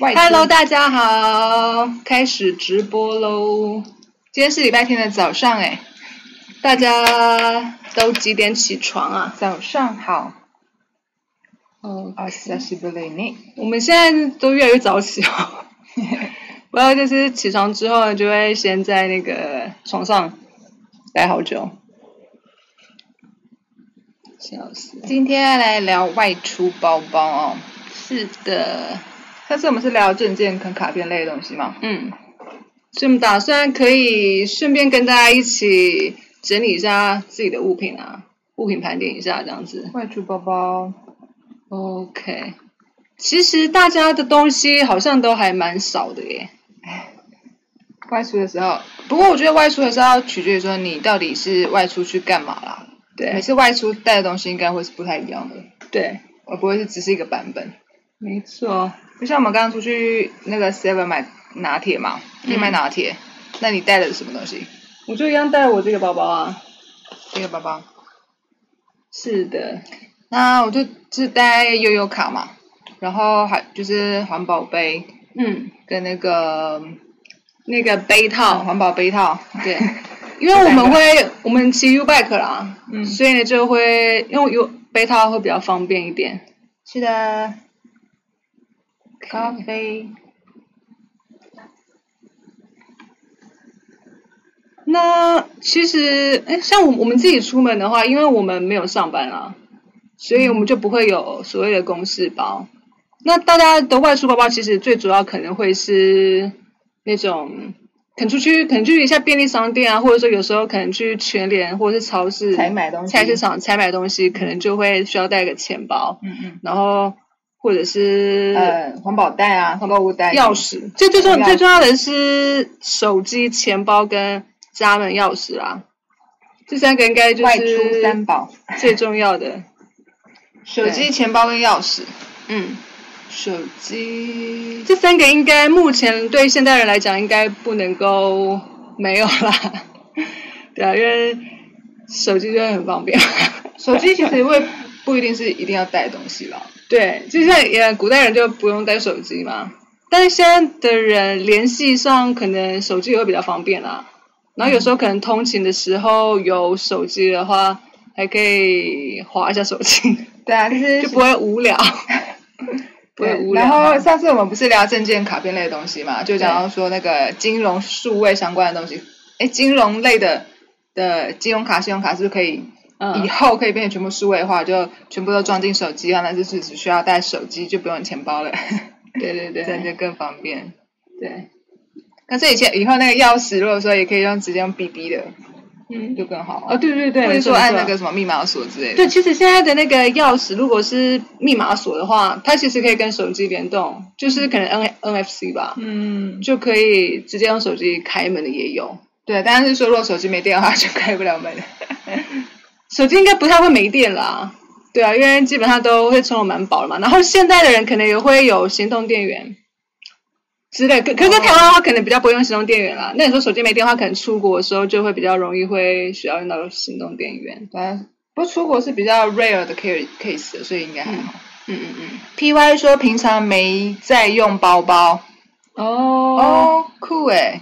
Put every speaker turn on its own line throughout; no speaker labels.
外出
Hello，大家好，开始直播喽！今天是礼拜天的早上，哎，
大家都几点起床啊？
早上好，
嗯，
啊，久しぶりに。
我们现在都越来越早起 哦。不要就是起床之后呢，就会先在那个床上待好久，笑死！
今天来聊外出包包哦。
是的，
上次我们是聊证件跟卡片类的东西嘛？
嗯，所以我们打算可以顺便跟大家一起整理一下自己的物品啊，物品盘点一下这样子。
外出包包，
OK，其实大家的东西好像都还蛮少的耶。
外出的时候，不过我觉得外出的时候要取决于说你到底是外出去干嘛啦。每
对
次外出带的东西应该会是不太一样的，
对，
而不会是只是一个版本。
没错。
就像我们刚刚出去那个 Seven 买拿铁嘛，你买拿铁，那你带的是什么东西？
我就一样带我这个包包啊。
这个包包。
是的，
那我就自带悠悠卡嘛，然后还就是环保杯
嗯，
跟那个
那个杯
啊
套，
环保杯套，
对， 因为我们会我们骑 U bike 啦，
嗯
所以呢就会用 U 杯套会比较方便一点。
是的，咖啡。
那其实，哎，像我我们自己出门的话，因为我们没有上班啊，所以我们就不会有所谓的公事包。那大家的外出包包，其实最主要可能会是那种，可能出去，可能去一下便利商店啊，或者说有时候可能去全联或者是超市
采买东西
菜市场采买东西，可能就会需要带个钱包，
嗯
然后或者是
嗯。呃，环保袋啊，环保物袋。
钥匙，最最重
钥匙
最重要的是手机、钱包跟家门钥匙啦，这三个应该就
外出
是
三宝，
最重要的。
手机、钱包跟钥匙。
嗯，
手机
这三个应该目前对现代人来讲应该不能够没有啦， 对啊，因为手机就会很方便。
手机其实会不一定是一定要带东西啦。
对，就像也古代人就不用带手机嘛，但是现在的人联系上可能手机也会比较方便啦。然后有时候可能通勤的时候有手机的话，还可以划一下手机，
对啊，就是
就不会无聊，不会
对
无聊。
然后上次我们不是聊证件、卡片类的东西嘛，就讲到说那个金融数位相关的东西，哎，金融类的的金融卡、信用卡是不是可以、以
嗯，
后可以变成全部数位化，就全部都装进手机啊？那就是只需要带手机，就不用钱包了，
对对
这样
对
就更方便。
对，
但是以前以后那个钥匙，如果说也可以用直接用 BB 的，
嗯，
就更好。
哦，对对对，
或者
没错
说按那。
没
个
错
什么密码锁之类的。
对，其实现在的那个钥匙，如果是密码锁的话，它其实可以跟手机联动，就是可能 N NFC 吧，
嗯，
就可以直接用手机开门的也有。
对，但是说如果手机没电的话，就开不了 门。
手机应该不太会没电啦，对啊，因为基本上都会充的蛮饱的嘛。然后现在的人可能也会有行动电源之类，可可是在台湾的话可能比较不会用行动电源啦。那你说手机没电的话，可能出国的时候就会比较容易会需要用到行动电源。
反正不过出国是比较 rare 的 case case，的所以应该还好。
嗯嗯嗯。
P Y 说平常没在用包包，
哦
哦，酷诶，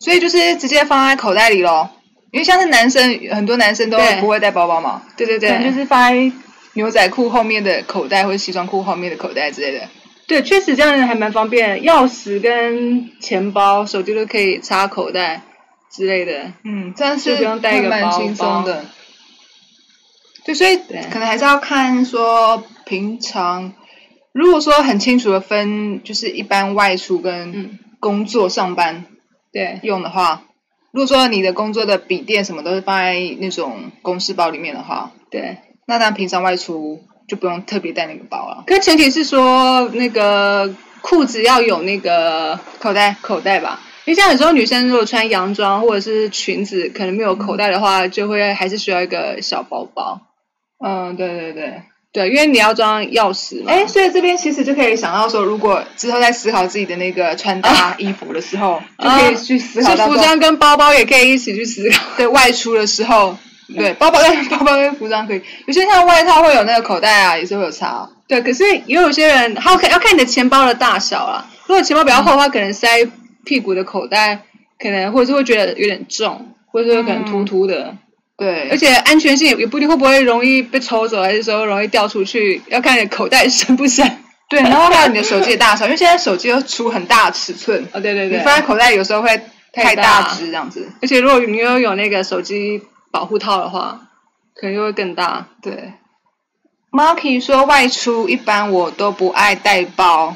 所以就是直接放在口袋里咯。因为像是男生，很多男生都
对
不会带包包嘛，
对对
可能就
对，
是放在牛仔裤后面的口袋或者西装裤后面的口袋之类的。
对，确实这样还蛮方便，钥匙跟钱包、手机都可以插口袋之类的。
嗯，这样是
就不用带一个
还蛮
包
轻松的。对，所以
对
可能还是要看说平常，如果说很清楚的分，就是一般外出跟
嗯
工作上班
对，
用的话，如果说你的工作的笔电什么都是放在那种公事包里面的话，
对。
那当然平常外出就不用特别带那个包了。
可前提是说那个裤子要有那个
口袋，
口袋吧。因为像有时候女生如果穿洋装或者是裙子，可能没有口袋的话，就会还是需要一个小包包。
嗯，对对对。
对，因为你要装钥匙嘛。
哎，所以这边其实就可以想到说，如果之后在思考自己的那个穿搭衣服的时候，就可以去思考
是
到
啊服
说
装跟包包也可以一起去思考。
对外出的时 候，对包包跟包包跟服装可以，有些像外套会有那个口袋啊，也是会有差哦、
对，可是也有些人，还要看要看你的钱包的大小啦。如果钱包比较厚的话，可能塞屁股的口袋，可能或者是会觉得有点重，或者是可能凸凸的，
对，
而且安全性也也不一定会不会容易被抽走，还是说容易掉出去，要看你的口袋深不深。
对，然后还有你的手机的大小，因为现在手机又出很大的尺寸，
哦，对对
你
对，
放在口袋有时候会太
太大
大只这样子。
而且如果你又有那个手机保护套的话，可能就会更大。
对，Marky 说外出一般我都不爱带包。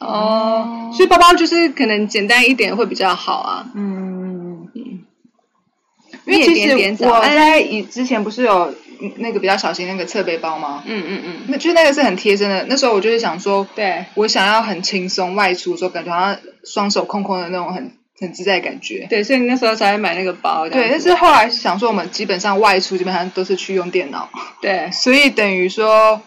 哦，所以包包就是可能简单一点会比较好啊。
嗯，因
因
为
为
其
其
实
实
我
我
在以之前不是有那个比较小型那个侧背包吗？
嗯嗯嗯，
那就那个是很贴身的。那时候我就是想说，
对
我想要很轻松外出的时候，感觉好像双手空空的那种很很自在的感觉。
对，所以你那时候才会买那个包。这
对，
样
但
子
是后来想说，我们基本上外出基本上都是去用电脑，
对
所以等于说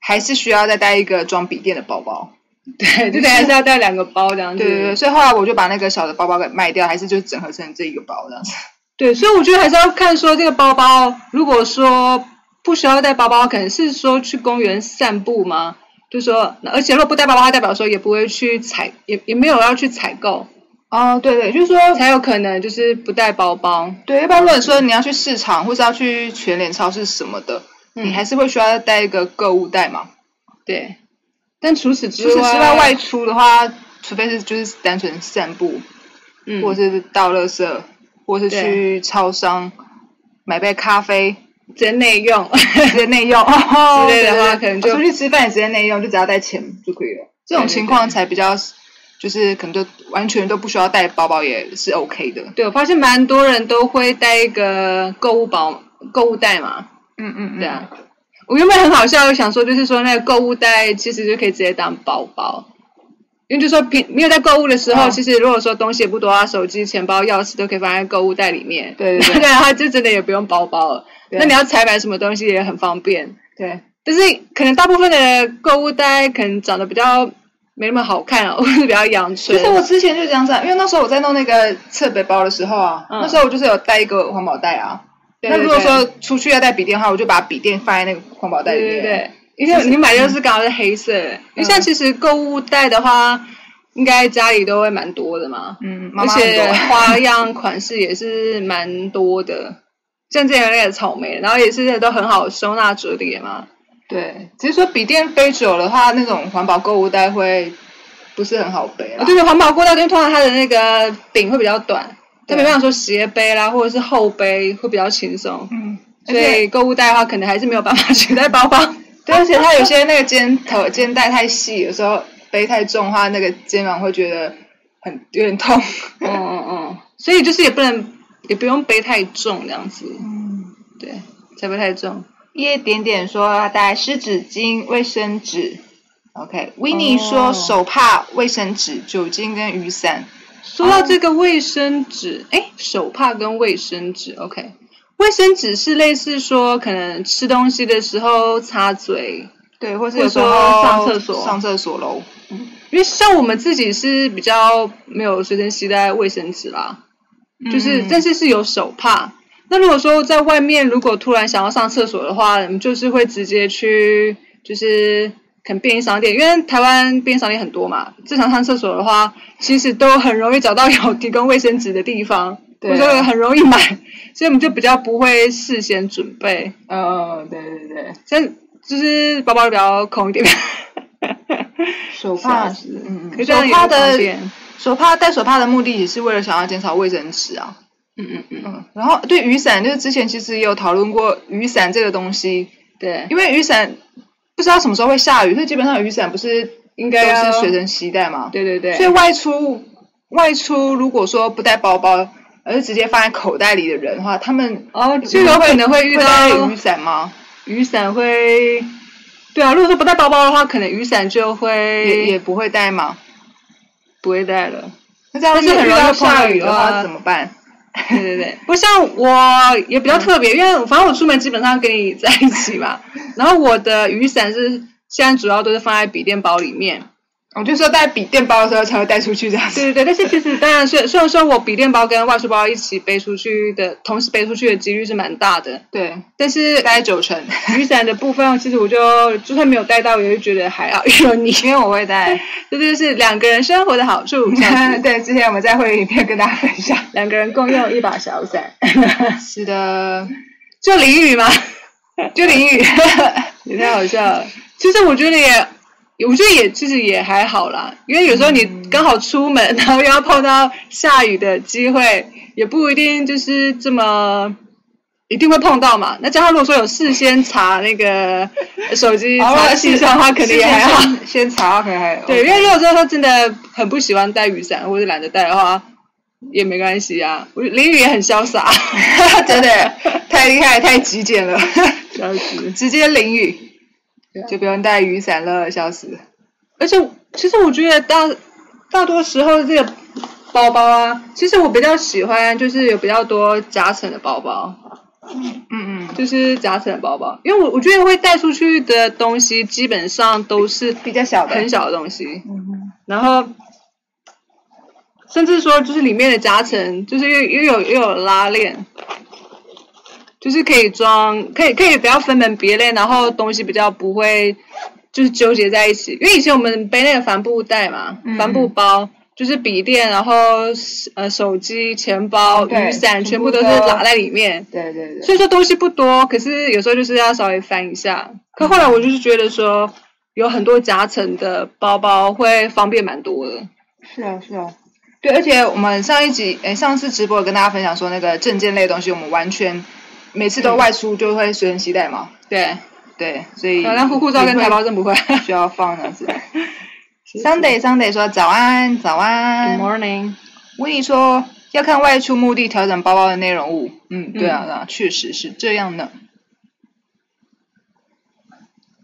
还是需要再带一个装笔电的包包。
对，就等于还是要带两个包这样子。
对对对，所以后来我就把那个小的包包给卖掉，还是就整合成这一个包这样子。
对，所以我觉得还是要看说这个包包，如果说不需要带包包，可能是说去公园散步吗？就说，而且如果不带包包，代表说也不会去采，也也没有要去采购，
哦，对对，就是说，
才有可能就是不带包包。
对，一般如果说你要去市场或是要去全联超市什么的，你还是会需要带一个购物袋嘛。
嗯对，但除此之
除
外，
此之外，外出的话，除非是就是单纯散步，
嗯，
或是到垃圾，或是
对
去超商买杯咖 啡，
直接内用。
直接内用哦
之类
对
的
对
话
对
可能就
出去吃饭也直接内用，就只要带钱就可以了。这种
对对
情况才比较，就是可能就完全都不需要带包包也是 OK 的。
对，我发现蛮多人都会带一个购物包、购物袋嘛。
嗯嗯嗯
对啊，我原本很好笑，我想说就是说那个购物袋其实就可以直接当包包，因为就说平没有在购物的时候，
哦
其实如果说东西也不多啊，手机、钱包、钥匙都可以放在购物袋里面。
对对对
然后就真的也不用包包了。
对
那你要采买什么东西也很方便。
对
但是可能大部分的购物袋可能长得比较没那么好看哦， 或者比较阳
其
春。
实我之前就这样子啊，因为那时候我在弄那个侧背包的时候啊，
嗯
那时候我就是有带一个环保袋啊。
对
那
对
如果
对
说出去要带笔电的话，我就把笔电放在那个环保袋里面。
对对对，因为你买
嗯
的就是刚好是黑色的，因为像其实购物袋的话，应该家里都会蛮多的嘛，
嗯，妈
而
妈很
且
多。
花样款式也是蛮多的。像之前有那个草莓，然后也是都很好收纳折叠嘛。
对，只是说笔电背久的话，那种环保购物袋会不是很好背
我
啊。
对对，环保过道，因为通常它的那个柄会比较短，它
对
没办法说斜背啦，或者是后背会比较轻松。
嗯，而
所
且
以购物袋的话，可能还是没有办法取代包包。
对，而且它有些那个肩头肩带太细，有时候背太重的话，那个肩膀会觉得很有点 痛。
嗯嗯嗯，所以就是也不能，也不用背太重这样子。对，才不会太重。
一嗯点点说要带湿纸巾、卫生纸。OK，维尼说
哦
手帕、卫生纸、酒精跟雨伞。
说
嗯
到这个卫生纸，哎、手帕跟卫生纸，OK，卫生纸是类似说可能吃东西的时候擦嘴，
对，或是
或
有
者
时候
说上厕所
上厕所喽。
因为像我们自己是比较没有随身携带卫生纸啦，就是、但
是
是是有手帕。那如果说在外面，如果突然想要上厕所的话，我们就是会直接去，就是可能便利商店，因为台湾便利商店很多嘛。正常上厕所的话，其实都很容易找到有 提供卫生纸的地方，
对啊
或者很容易买，所以我们就比较不会事先准备，
呃，对对对，
像就是包包比较空 一点。
手帕
是啊
是嗯
可
嗯，
是这
手
样也
帕
不方
的
便
手帕带手帕的目的也是为了想要减少卫生纸啊。
嗯嗯嗯，
嗯，然后对雨伞，就是之前其实也有讨论过雨伞这个东西，
对，
因为雨伞不知道什么时候会下雨，所以基本上雨伞不是
应
都
该要
是随身携带嘛。
对啊对对，
所以外出外出如果说不带包包，而是直接放在口袋里的人的话，他们
哦，就有可能会遇
会
到
带雨伞吗？
雨伞会，对啊，如果说不带包包的话，可能雨伞就
也
会
也不会带嘛。
不会 带了。
那这样
但
如果遇
是很容易
到
下
下
雨
雨的
啊
话怎么办？
对对对，不像我也比较特
嗯
别，因为反正我出门基本上跟你 在一起嘛。然后我的雨伞是现在主要都是放在笔电包里面，
我就说带笔电包的时候才会带出去这样子。
对对对，但是其实当然虽虽然说我笔电包跟外书包一起背出去的，同时背出去的几率是蛮大的，
对，
但是
大概九成，
雨伞的部分，其实我就就算没有带到，我也会觉得还好，因为有你，
因为我会带。
这就是两个人生活的好处。像是
对，之前我们在会议里面跟大家分享。
两个人共用一把小伞，
是的，
就淋雨嘛，
就淋 雨。
也太好笑了。其实我觉得也，我觉得也其实也还好啦，因为有时候你刚好出门，然后又要碰到下雨的机会，也不一定就是这么。一定会碰到嘛？那加上如果说有事先查 那个手机
偶
查
尔
气
是
象的话，肯定也还好。
先先查可能还
对，因
OK
为如果说他真的很不喜欢带雨伞，或者懒得带的话，也没关系啊。我觉得淋雨也很潇洒，
真的太厉害，太极简了，
笑死。
直接淋雨
对啊，
就不用带雨伞了，笑死。
而且，其实我觉得大大多时候这个包包啊，其实我比较喜欢就是有比较多夹层的包包，
嗯嗯，
就是夹层的包包，因为我我觉得会带出去的东西基本上都是
比较小的。
很小的东西，
嗯
然后。甚至说，就是里面的夹层，就是又又有又有拉链，就是可以装，可以可以比较分门别类，然后东西比较不会就是纠结在一起。因为以前我们背那个帆布袋嘛，
嗯
帆布包就是笔电，然后呃手机、钱包、
哦对
雨伞，全
全
部
部
都
都
是拉在里面。
对对对，
虽然说东西不多，可是有时候就是要稍微翻一下。可后来我就是觉得说，有很多夹层的包包会方便蛮多的。
是啊是啊。对，而且我们上一集，哎，上次直播有跟大家分享说，那个证件类的东西，我们完全每次都外出就会随身携带嘛。
对，
对，所以
好像护护照跟台胞证不会。
需要放这样 子。Sunday Sunday 说早安早
Good
安，
morning。
维尼说要看外出目的调整包包的内容物。嗯，对啊
嗯
对啊，确实是这样的。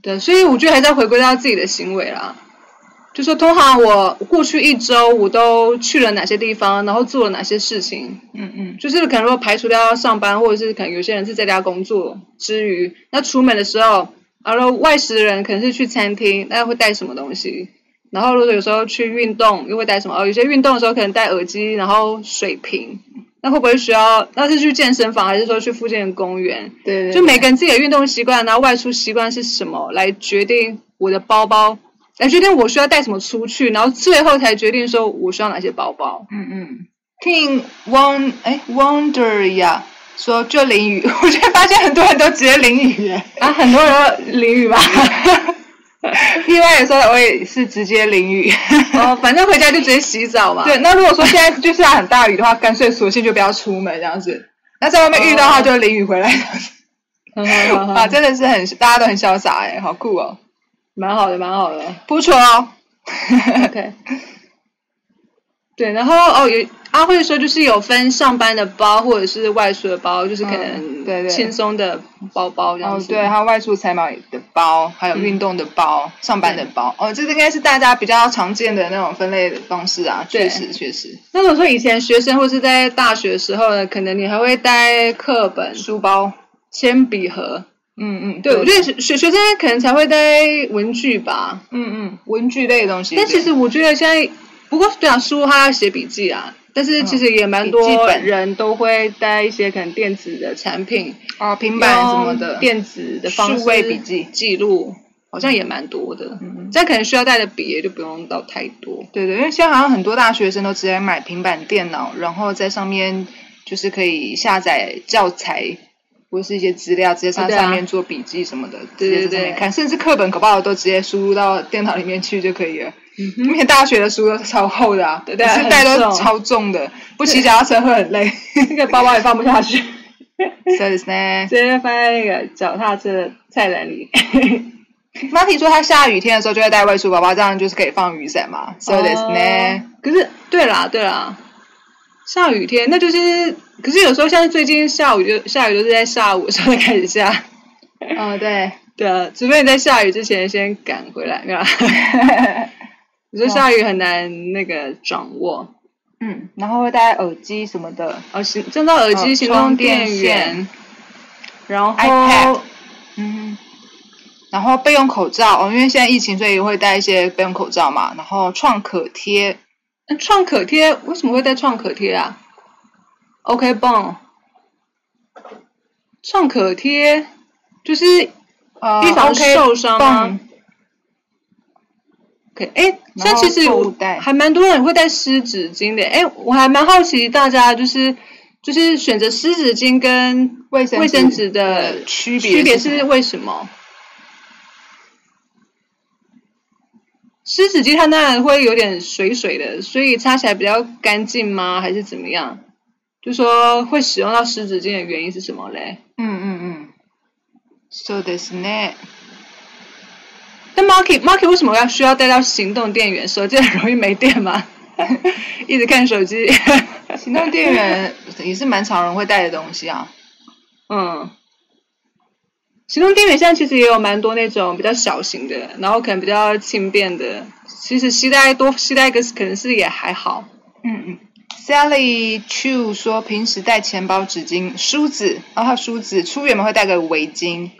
对，所以我觉得还是要回归到自己的行为啦。就说通常我过去一周我都去了哪些地方，然后做了哪些事情，
嗯嗯，
就是可能如果排除掉上班，或者是可能有些人是在家工作之余，那出门的时候，然后外食的人可能是去餐厅，那会带什么东西？然后如果有时候去运动，又会带什么？哦，有些运动的时候可能带耳机，然后水瓶，那会不会需要？那是去健身房，还是说去附近的公园？
对对
就每个人自己的运动习惯，然后外出习惯是什么，来决定我的包包，来决定我需要带什么出去，然后最后才决定说我需要哪些包包。
嗯嗯，King Won 哎 Wonder 呀说就淋雨， 我就发现很多人都直接淋雨 耶。
啊，很多人都淋雨吧。
意外的时候我也是直接淋雨。
哦，反正回家就直接洗澡嘛。
对，，那如果说现在就是很大雨的话，干脆索性就不要出门这样子。那在外面遇到的话，就淋雨回来这样子。啊，
啊，这
真的是很，大家都很潇洒哎、好酷哦！
蛮好的，蛮好的。
不错哦。
OK。对，然后哦，有阿慧说就是有分上班的包或者是外出的包，就是可能
嗯对对
轻松的包包这样
哦，
子。
对，还有外出采买的包，还有运动的包、上班的包。哦，这个应该是大家比较常见的那种分类的方式啊。确
对
实，确实，
那如果说以前学生或是在大学的时候呢，可能你还会带课本、
书包。
铅笔盒。
嗯嗯，
对，我觉得学学学生可能才会带文具吧。
嗯嗯，文具类的东西。
但其
对
实我觉得现在，不过对啊，书他要写笔记啊，但是其实也蛮
笔记
多
本
人都会带一些可能电子的产品，
啊，平板什么的
用。电子的方式
数位笔记
记录，好像也蛮多的。
嗯嗯
这样可能需要带的笔也就不用到太多。
对对，因为现在好像很多大学生都直接买平板电脑，然后在上面就是可以下载教材或是一些资料，直接
啊
上
对啊
上面做笔记什么的，
对
直
对
接在上面
对
看，甚至课本搞不好都直接输入到电脑里面去就可以了。
嗯
因为大学的书都超厚的啊，
对对
每
啊
次带
很
都
重
超重的，不骑脚踏车会很 累。
那个包包也放不下去，
所以呢，
直接放在那个脚踏车的菜篮 里。
马蹄说他下雨天的时候就会带外出包包，这样就是可以放雨伞嘛。所以呢，
哦可是对啦对啦，下雨天那就是，可是有时候像最近下雨就下雨都是在下午的时候才开始下，
嗯，对，
对啊，除非你在下雨之前先赶回来，没有啦。你
哦
说下雨很难那个掌握，
嗯，然后会戴耳机什么的。
哦，行，降噪耳机、
哦
行动
充电
源，然后
iPad 嗯，然后备用口罩，哦，因为现在疫情，所以会带一些备用口罩嘛。然后创可贴，
那哎创可贴为什么会带创可贴啊？OK 棒，创可贴就是
呃，
预防
OK
受伤啊
泵
OK，哎，
然
那
后
其实
购物
我
袋
还蛮多人会带湿纸巾的。哎，我还蛮好奇大家就是就是选择湿纸巾跟
卫生
卫生纸的
呃区别
区别
什么
是为什么？湿纸巾它当然会有点水水的，所以擦起来比较干净吗？还是怎么样？就说会使用到湿纸巾的原因是什么嘞？
嗯嗯嗯，そうですね。
那 Marky Marky 为什么要需要带到行动电源？手机很容易没电吗？ 一直看手机。
行动电源也是蛮常人会带的东西啊。
嗯，行动电源现在其实也有蛮多那种比较小型的，然后可能比较轻便的。其实携带多携带一个可能是也还好。
嗯嗯。Sally Chu 说，平时带钱包、纸巾、梳子，哦然后还有梳子，出远门会带个围巾。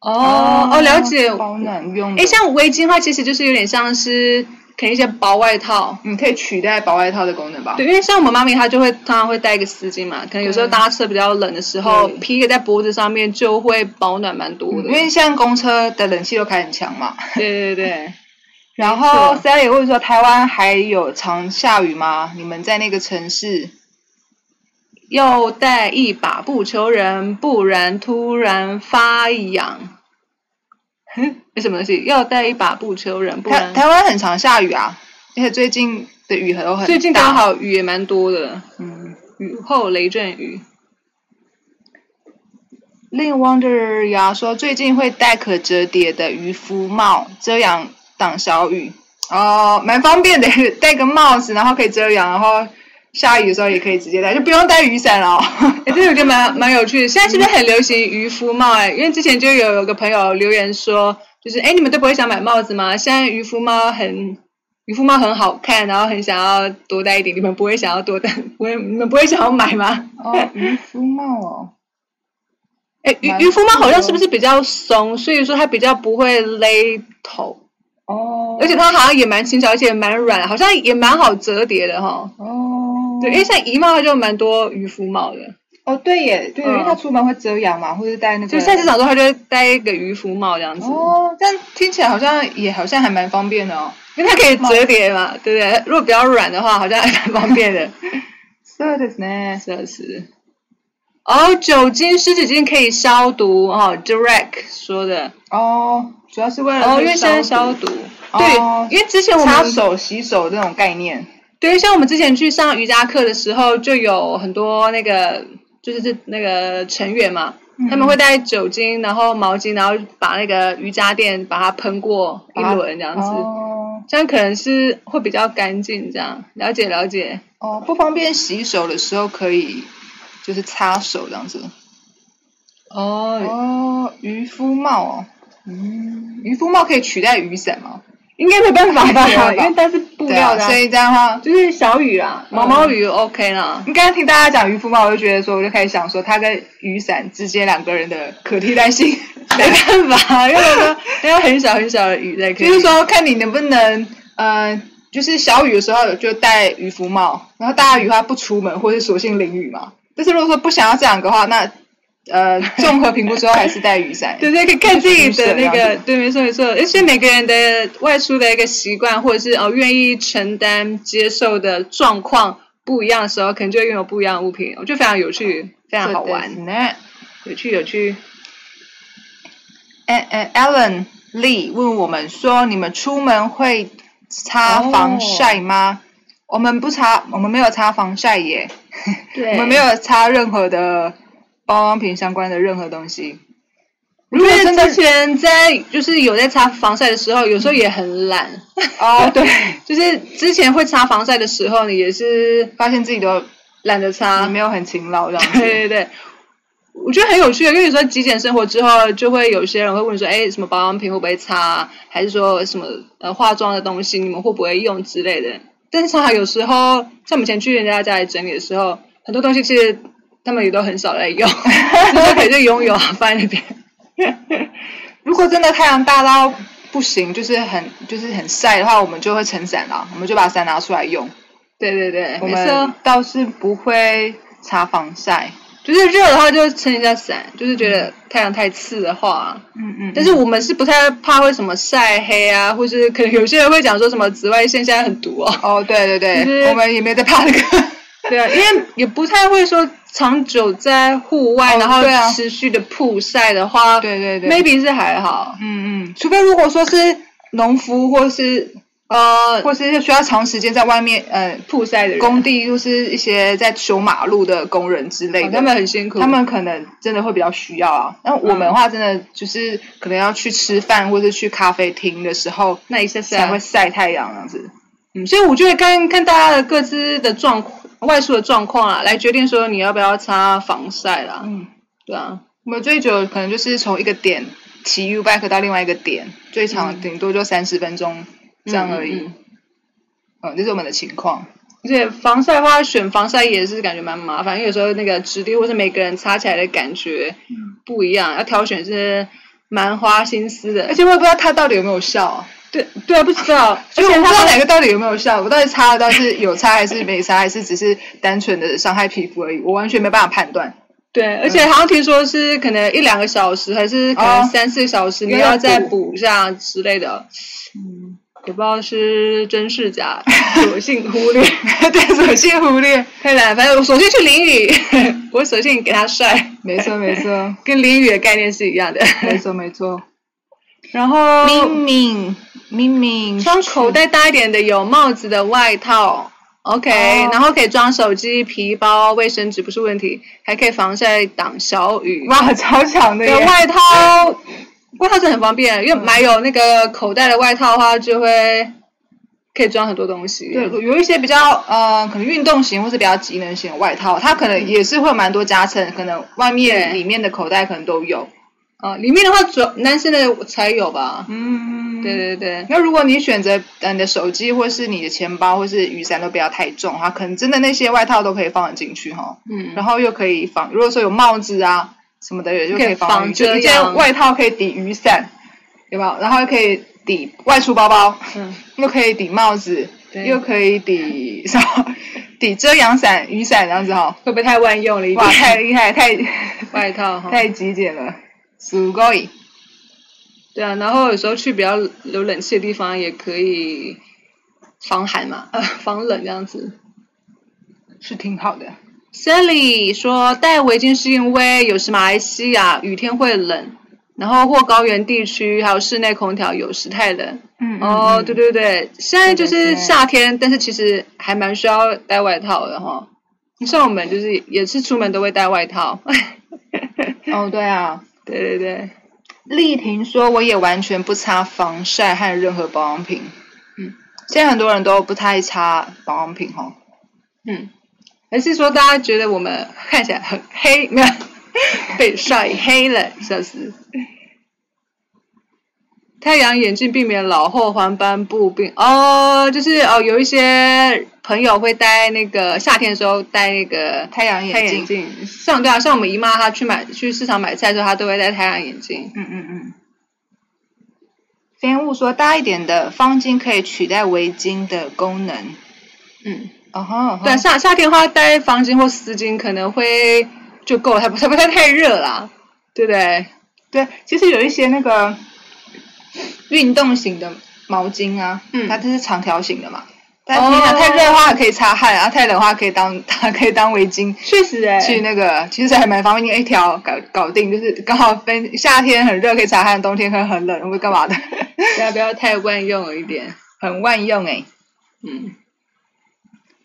哦哦，了解。
保暖用的。
诶，像围巾的话，其实就是有点像是可能一些薄外套。
你可以取代薄外套的功能吧？
对，因为像我们妈咪，她就会通常会带一个丝巾嘛，可能有时候
对
搭车比较冷的时候，
对
披一个在脖子上面就会保暖蛮多
嗯，
的。
因为像公车的冷气都开很强嘛。
对对对，
然后 Sally 问说，台湾还有常下雨吗？你们在那个城市？
要带一把不求人，不然突然发痒。 那什么东西？要带一把不求人，不
台
然
台湾很常下雨啊，而且最近的雨很都很
最近
大
刚，好雨也蛮多的，
嗯。
雨后雷阵雨。
令 Wonder 呀说，最近会戴可折叠的渔夫帽，遮阳挡小雨，哦，蛮方便的， 戴个帽子，然后可以遮阳，然后下雨的时候也可以直接戴，就不用带雨伞了、哦。
哎、这个我觉得蛮蛮有趣的。现在是不是很流行渔夫帽、哎，因为之前就有有个朋友留言说，就是哎、你们都不会想买帽子吗？现在渔夫帽很渔夫帽很好看，然后很想要多戴一点。你们不会想要多戴，不会你们不会想要买吗？
哦，渔夫帽哦。
哎、
蛮
渔渔夫帽好
酷
像
的
是不是比较松，所以说它比较不会勒头，
哦，
而且它好像也蛮轻巧，而且也蛮软，好像也蛮好折叠的哈。
哦，
对，因为像姨妈就蛮多渔夫帽的，
哦对耶，对，
嗯
因为他出门会遮阳嘛，或者戴那个。
就菜市场中它就会戴一个渔夫帽这样子，
哦，但听起来好像也好像还蛮方便的哦。
因为它可以折叠嘛，对不对？如果比较软的话，好像还蛮方便的。
そうですね。
真是。哦，酒精、湿纸巾可以消毒哦 d i r e c t 说的。
哦，主要是为了
哦，因为现在消
毒
毒。
哦
对，因为之前我们
擦手、洗手这种概念。
对，像我们之前去上瑜伽课的时候，就有很多那个就是这那个成员嘛，他
嗯
们会带酒精，然后毛巾，然后把那个瑜伽垫把它喷过一轮这样子，
哦
这样可能是会比较干净。这样了解了解，
哦，不方便洗手的时候可以就是擦手这样子。
哦，
哦，渔夫帽哦。嗯，渔夫帽可以取代雨伞吗？
应该没办法吧
没办，
因
法
为它是布
对
料
啊，
的啊、
所以这样的话，
就是小雨啊，嗯毛毛雨 OK 啦。
你刚刚听大家讲渔夫帽，我就觉得说，我就开始想说，它跟雨伞之间两个人的可替代 性，
没办法，因为我说要很小很小的雨才可以。
就是说看你能不能，呃，就是小雨的时候就戴渔夫帽，然后大雨的话不出门，或是索性淋雨嘛。但是如果说不想要这两个话，那呃，综合评估之后还是戴雨 伞。
对对，可以看自己的那
就是这样
个
子，
对，没错没错，而且每个人的外出的一个习惯，或者是哦愿意承担接受的状况不一样的时候，可能就会拥有不一样的物品，我觉得非常有趣，非常好玩，
呢。
有趣有趣。
哎哎，Alan Lee 问我们说，你们出门会擦
哦
防晒吗我们不擦，我们没有擦防晒耶。
对
我们没有擦任何的保养品相关的任何东西。
因
如果
为
真的
之前在就是有在擦防晒的时候，有时候也很懒，
哦，对，
就是之前会擦防晒的时候，你也是
发现自己都
懒得擦，
没有很勤劳这样
对
子。
对对，我觉得很有趣，因为有时候极简生活之后，就会有些人会问说，哎，什么保养品会不会擦啊，还是说什么呃化妆的东西你们会不会用之类的。但是常常有时候，像我们以前去人家家里整理的时候，很多东西其实 他们也都很少在用，就是可以就拥有啊放在那边。
如果真的太阳大到不行，就是很就是很晒的话，我们就会撑伞啊啦，我们就把伞拿出来用。
对对对，
我
没错
们，倒是不会擦防晒。
就是热的话就撑一下伞，就是觉得太阳太刺的话，
嗯嗯，
但是我们是不太怕会什么晒黑啊，或是可能有些人会讲说什么紫外线现在很毒哦，
哦，对对
就
对，
是
我们也没在怕那个。
对啊，因为也不太会说长久在户外，
哦
然后
对啊
持续的曝晒的话、
对对对
m a y b e 是还好，
嗯嗯，除非如果说是农夫或是
呃，
或是需要长时间在外面呃
曝晒的人
工地，就是一些在修马路的工人之类
哦
的，
他们很辛苦，嗯
他们可能真的会比较需要啊。那我们的话，真的就是可能要去吃饭或者去咖啡厅的时候
那一下
才
晒
会晒太阳这样子。
嗯，所以我觉得看看大家的各自的状况外出的状况啊，来决定说你要不要擦防晒啦。
嗯，
对啊，
我们最久可能就是从一个点骑 U bike 到另外一个点，最长
嗯
顶多就三十分钟这样而已。
嗯嗯嗯
嗯，这是我们的情况。
而且防晒的话，选防晒也是感觉蛮麻烦，因为有时候那个质地或是每个人擦起来的感觉不一样，要挑选是蛮花心思的。
而且我也不知道它到底有没有效、啊，
对对啊，不知道，
而且
而
我
且
不知道
它
哪个到底有没有效，我到底擦了到底是有擦还是没擦，还是只是单纯的伤害皮肤而已，我完全没办法判断。
对，而且好像听说是可能一两个小时，还是可能
哦
三四个小时，你
又要
要再
补
补一下之类的。嗯，也不知道是真是假，索性忽 略。
对，索性忽略。
对啦，反正我索性去淋雨， 我索性给它晒，
没错，没 错，
跟淋雨的概念是一样的。
没错，没错。
然后
明明 明
穿口袋大一点的有帽子的外套，OK，、
哦
然后可以装手机、皮包、卫生纸不是问题，还可以防晒挡小雨。
哇，超强的
对，
耶！
外套，外套是很方便，因为买有那个口袋的外套的话，就会可以装很多东西。
对，有一些比较呃，可能运动型或是比较机能型的外套，它可能也是会有蛮多加成，可能外面
对
里面的口袋可能都有。
啊、里面的话主要男生的才有吧？
嗯，
对对对，
那如果你选择呃你的手机或是你的钱包或是雨伞都不要太重哈，可能真的那些外套都可以放得进去哈。
嗯，
然后又可以防，如果说有帽子啊什么的，也就可以防
可以防
雨。就
遮
一
阳
件外套可以抵雨伞，有没有？然后又可以抵外出包包，
嗯，
又可以抵帽子，
对
又可以抵 什么？抵遮阳伞、雨伞这样子哈。
会不会太万用了一点？
哇，太厉害，太
外套哈。
太极简了，すごい。
对啊，然后有时候去比较有冷气的地方也可以防寒嘛， 呃，防冷这样子。
是挺好的。
Sally 说戴围巾是因为有时马来西亚雨天会冷，然后或高原地区还有室内空调有时太冷。
嗯
哦，对对对，现在就
对
是
对对
夏天，但是其实还蛮需要带外套的哈。像我们就是也是出门都会带外套。
哦，对啊。
对对对，
丽婷说：“我也完全不擦防晒和任何保养品。”
嗯，
现在很多人都不太擦保养品哦。
嗯，还是说大家觉得我们看起来很黑，没有被晒黑了，是不是？太阳眼镜避免老后黄斑部病哦，就是哦，有一些朋友会戴那个夏天的时候戴那个
太阳眼
太
镜
眼镜，像对啊，像我们姨妈她去买去市场买菜的时候，她都会戴太阳眼镜。
嗯嗯嗯。烟雾说大一点的方巾可以取代围巾的功能。
嗯，
哦吼，
对啊，夏夏天的话戴方巾或丝巾可能会就够了，还不还不太太热啦，对不对？
对，其实有一些那个运动型的毛巾啊，
嗯
它就是长条型的嘛。但
哦
平常太热的话可以擦汗，啊，太冷的话可以当 它可以当围巾。
确实哎、
去那个，其实还蛮方便，一条搞搞定，就是刚好分夏天很热可以擦汗，冬天可能很冷，会干嘛的，
大家不要太万用了一点。
很万用哎、
嗯，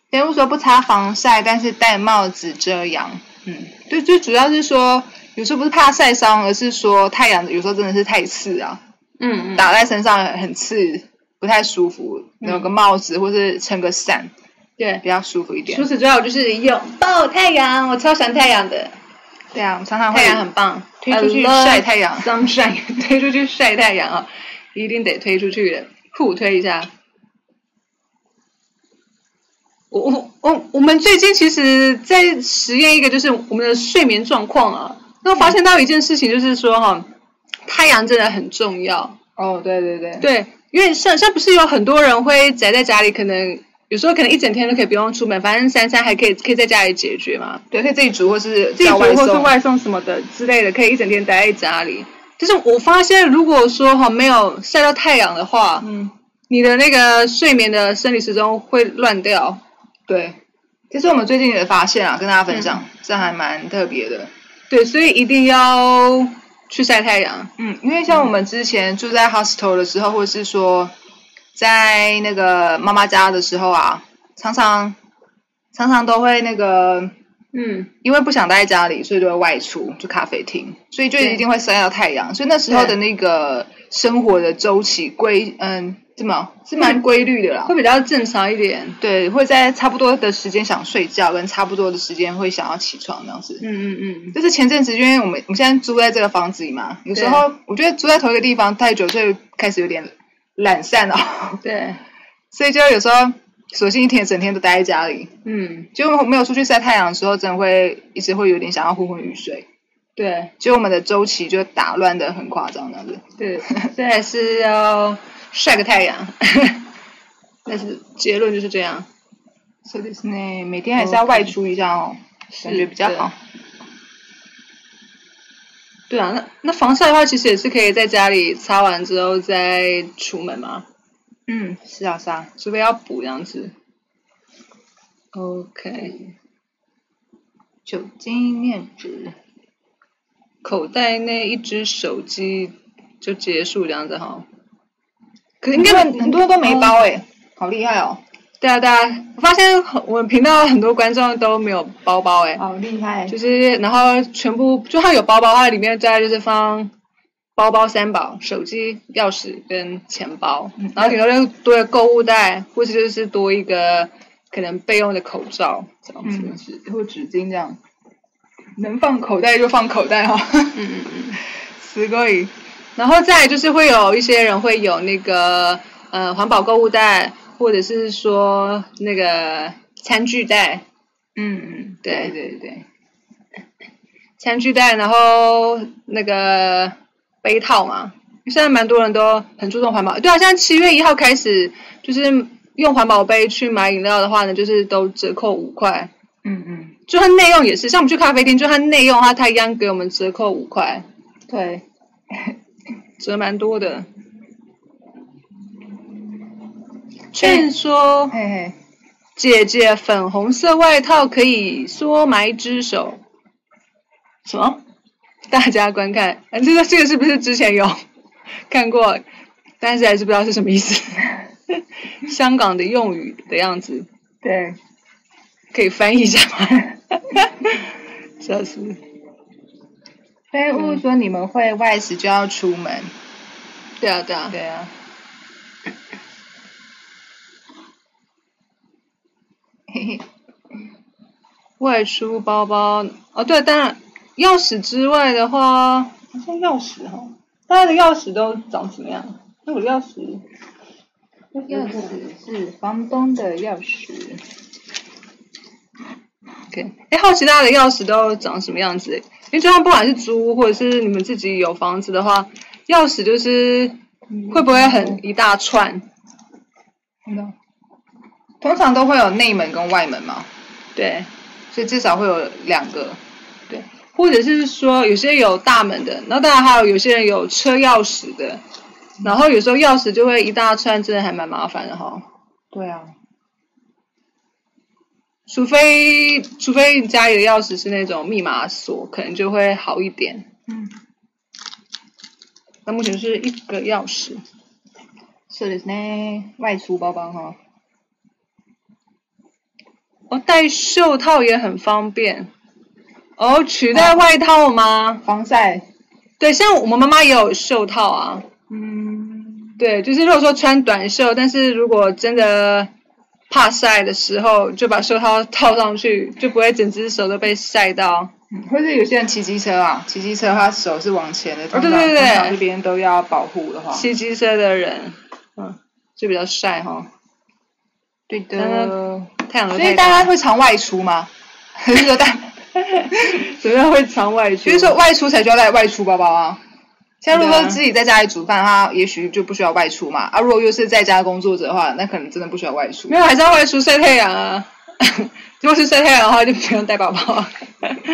别人说不擦防晒，但是戴帽子遮阳，嗯，对，最主要是说有时候不是怕晒伤，而是说太阳有时候真的是太刺啊，
嗯
打在身上很刺，不太舒服，有个帽子或是撑个伞
对。
比较舒服一点
除。此之外，我就是拥抱太阳，我超喜欢太阳的，
对啊，我们常常会
太阳很棒，
推出去
I love
晒太阳
sunshine 推出去晒太阳啊、一定得推出去的，互推一下。我我我我们最近其实在实验一个，就是我们的睡眠状况啊。那我发现到一件事情，就是说哈、太阳真的很重要。
哦，对对对，
对，因为像像不是有很多人会宅在家里，可能有时候可能一整天都可以不用出门，反正三餐还可以可以在家里解决嘛，
对，可以自己煮或是
自己
叫
煮
外
或是
送
外送什么的之类的，可以一整天待在家里。就是我发现，如果说哈没有晒到太阳的话，
嗯，
你的那个睡眠的生理时钟会乱掉。
对。这是我们最近的发现啊，跟大家分享，
嗯
这还蛮特别的。
对，所以一定要去晒太阳。
嗯，因为像我们之前住在 hostel 的时候，或者是说在那个妈妈家的时候啊，常常常常都会那个，
嗯，
因为不想待在家里，所以就会外出，就咖啡厅，所以就
对
一定会晒到太阳。所以那时候
对
的那个生活的周期规，嗯，怎么是
嗯
蛮规律的啦
会。比较正常一点。
对，会在差不多的时间想睡觉，跟差不多的时间会想要起床这样子。
嗯嗯嗯，
就是前阵子，因为我们我们现在住在这个房子里嘛，有时候我觉得住在同一个地方太久，所以开始有点懒散哦，
对，
所以就有时候索性一天整天都待在家里，
嗯
就没有出去晒太阳的时候，真的会一直会有点想要昏昏欲睡，
对
就我们的周期就打乱的很夸张这样子。
对， 所以还是要晒个太阳。 但是结论就是这样。
所以就是呢，每天还是要外出一下哦，感觉比较好。
对啊，那那防晒的话，其实也是可以在家里擦完之后再出门嘛，
嗯，是啊是啊，
除非要补这样子。OK，
酒精面值。
口袋内一只手机就结束这样子哈。可应该
很多很多都没包哎、好厉害哦！
对啊对啊，我发现我们频道很多观众都没有包包哎、
好厉害
就是然后全部就算有包包的话，里面大概就是放包包三宝：手机、钥匙跟钱包。
嗯
然后顶多就多一个购物袋，或是就是多一个可能备用的口罩这样子。
嗯，纸或纸巾这样，能放口袋就放口袋哈、哦。
嗯嗯嗯。
すごい。
然后再来就是会有一些人会有那个呃环保购物袋，或者是说那个餐具袋。
嗯，
对
对对对，
餐具袋，然后那个杯套嘛，现在蛮多人都很注重环保。对啊，现在七月一号开始，就是用环保杯去买饮料的话呢，就是都折扣五块。
嗯嗯，
就它内用也是，像我们去咖啡厅，就它内用的话，它一样给我们折扣五块，
对，
折蛮多的。劝说
嘿嘿，
姐姐粉红色外套可以缩埋之手，
什么？
大家观看，嗯，这个这个是不是之前有 看过？但是还是不知道是什么意思。 香港的用语的样子，
对，
可以翻译一下吗？ 笑死！
废物
嗯
说你们会外食就要出门。
对啊，对啊，
对啊。嘿嘿，
外出包包哦，对，当然钥匙之外的话，好像钥匙哈、哦，大家的钥匙都长什么样？那我的钥匙，
钥匙是房东的钥匙。
OK，哎，好奇大家的钥匙都长什么样子？因为就算不管是租屋或者是你们自己有房子的话，钥匙就是会不会很一大串？
通常都会有内门跟外门嘛，
对
所以至少会有两个。
对，或者是说有些有大门的，然后当然还有有些人有车钥匙的，然后有时候钥匙就会一大串，真的还蛮麻烦的哈。
对啊，
除非除非你家里的钥匙是那种密码锁，可能就会好一点。
嗯，
那目前是一个钥匙。
そうですね。外出包包哈，
哦，戴袖套也很方便。哦，取代外套吗？
防晒。
对，像我们妈妈也有袖套啊。
嗯，
对，就是如果说穿短袖，但是如果真的怕晒的时候，就把袖套套上去，就不会整只手都被晒到。
或者有些人骑机车啊，骑机车他手是往前的，通常、
对对对
通常这边都要保护的话。
骑机车的人，嗯，就比较晒哈、
对
嗯
的。
太阳的
呃所以大家会常外出吗？还是说大，
怎么样会常外出？
就是说外出才需要带外出包包啊？像如果
对啊
自己在家里煮饭的话，也许就不需要外出嘛。啊，如果又是在家工作者的话，那可能真的不需要外出
没。有，还是要外出晒太阳啊。 如果是晒太阳的话，就不用带宝宝，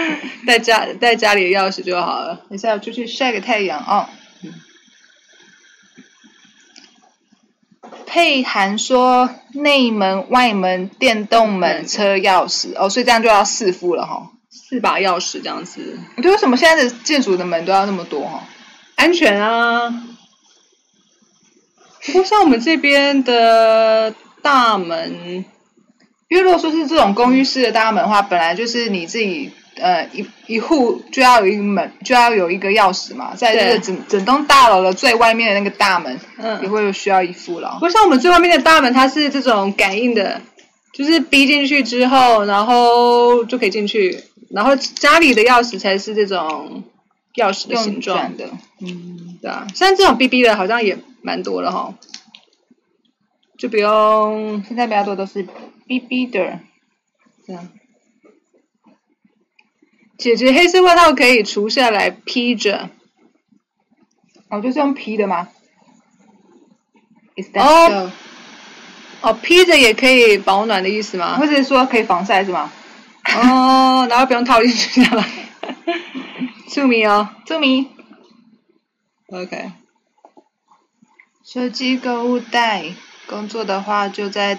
带家带家里的钥匙就好了。
等一下我出去晒个太阳啊、嗯佩涵说：“内门、外门、电动门、
嗯
车钥匙哦，所以这样就要四副了哈。
四把钥匙这样子，
你对为什么现在的建筑的门都要那么多哈？
安全啊。不过像我们这边的大门，
因为如果说是这种公寓式的大门的话，本来就是你自己呃一一户就要有一个门，就要有一个钥匙嘛，在这个
对
整整栋大楼的最外面的那个大门、也
嗯，
会有需要一副了
不。过像我们最外面的大门，它是这种感应的，就是逼进去之后，然后就可以进去，然后家里的钥匙才是这种钥匙的形
用
状
转的，嗯，
对啊，像这种 BB 的好像也蛮多的哈，就不用
现在比较多都是 B B 的。
这样。姐姐黑色外套可以除下来披着，
哦，就是用 P 的吗？Is that
哦哦，披着也可以保暖的意思
so？
吗？
啊或者说可以防晒是吗？
哦，然后不用套进去这样 吧。注明哦
注明
，OK，
手机购物袋，工作的话就在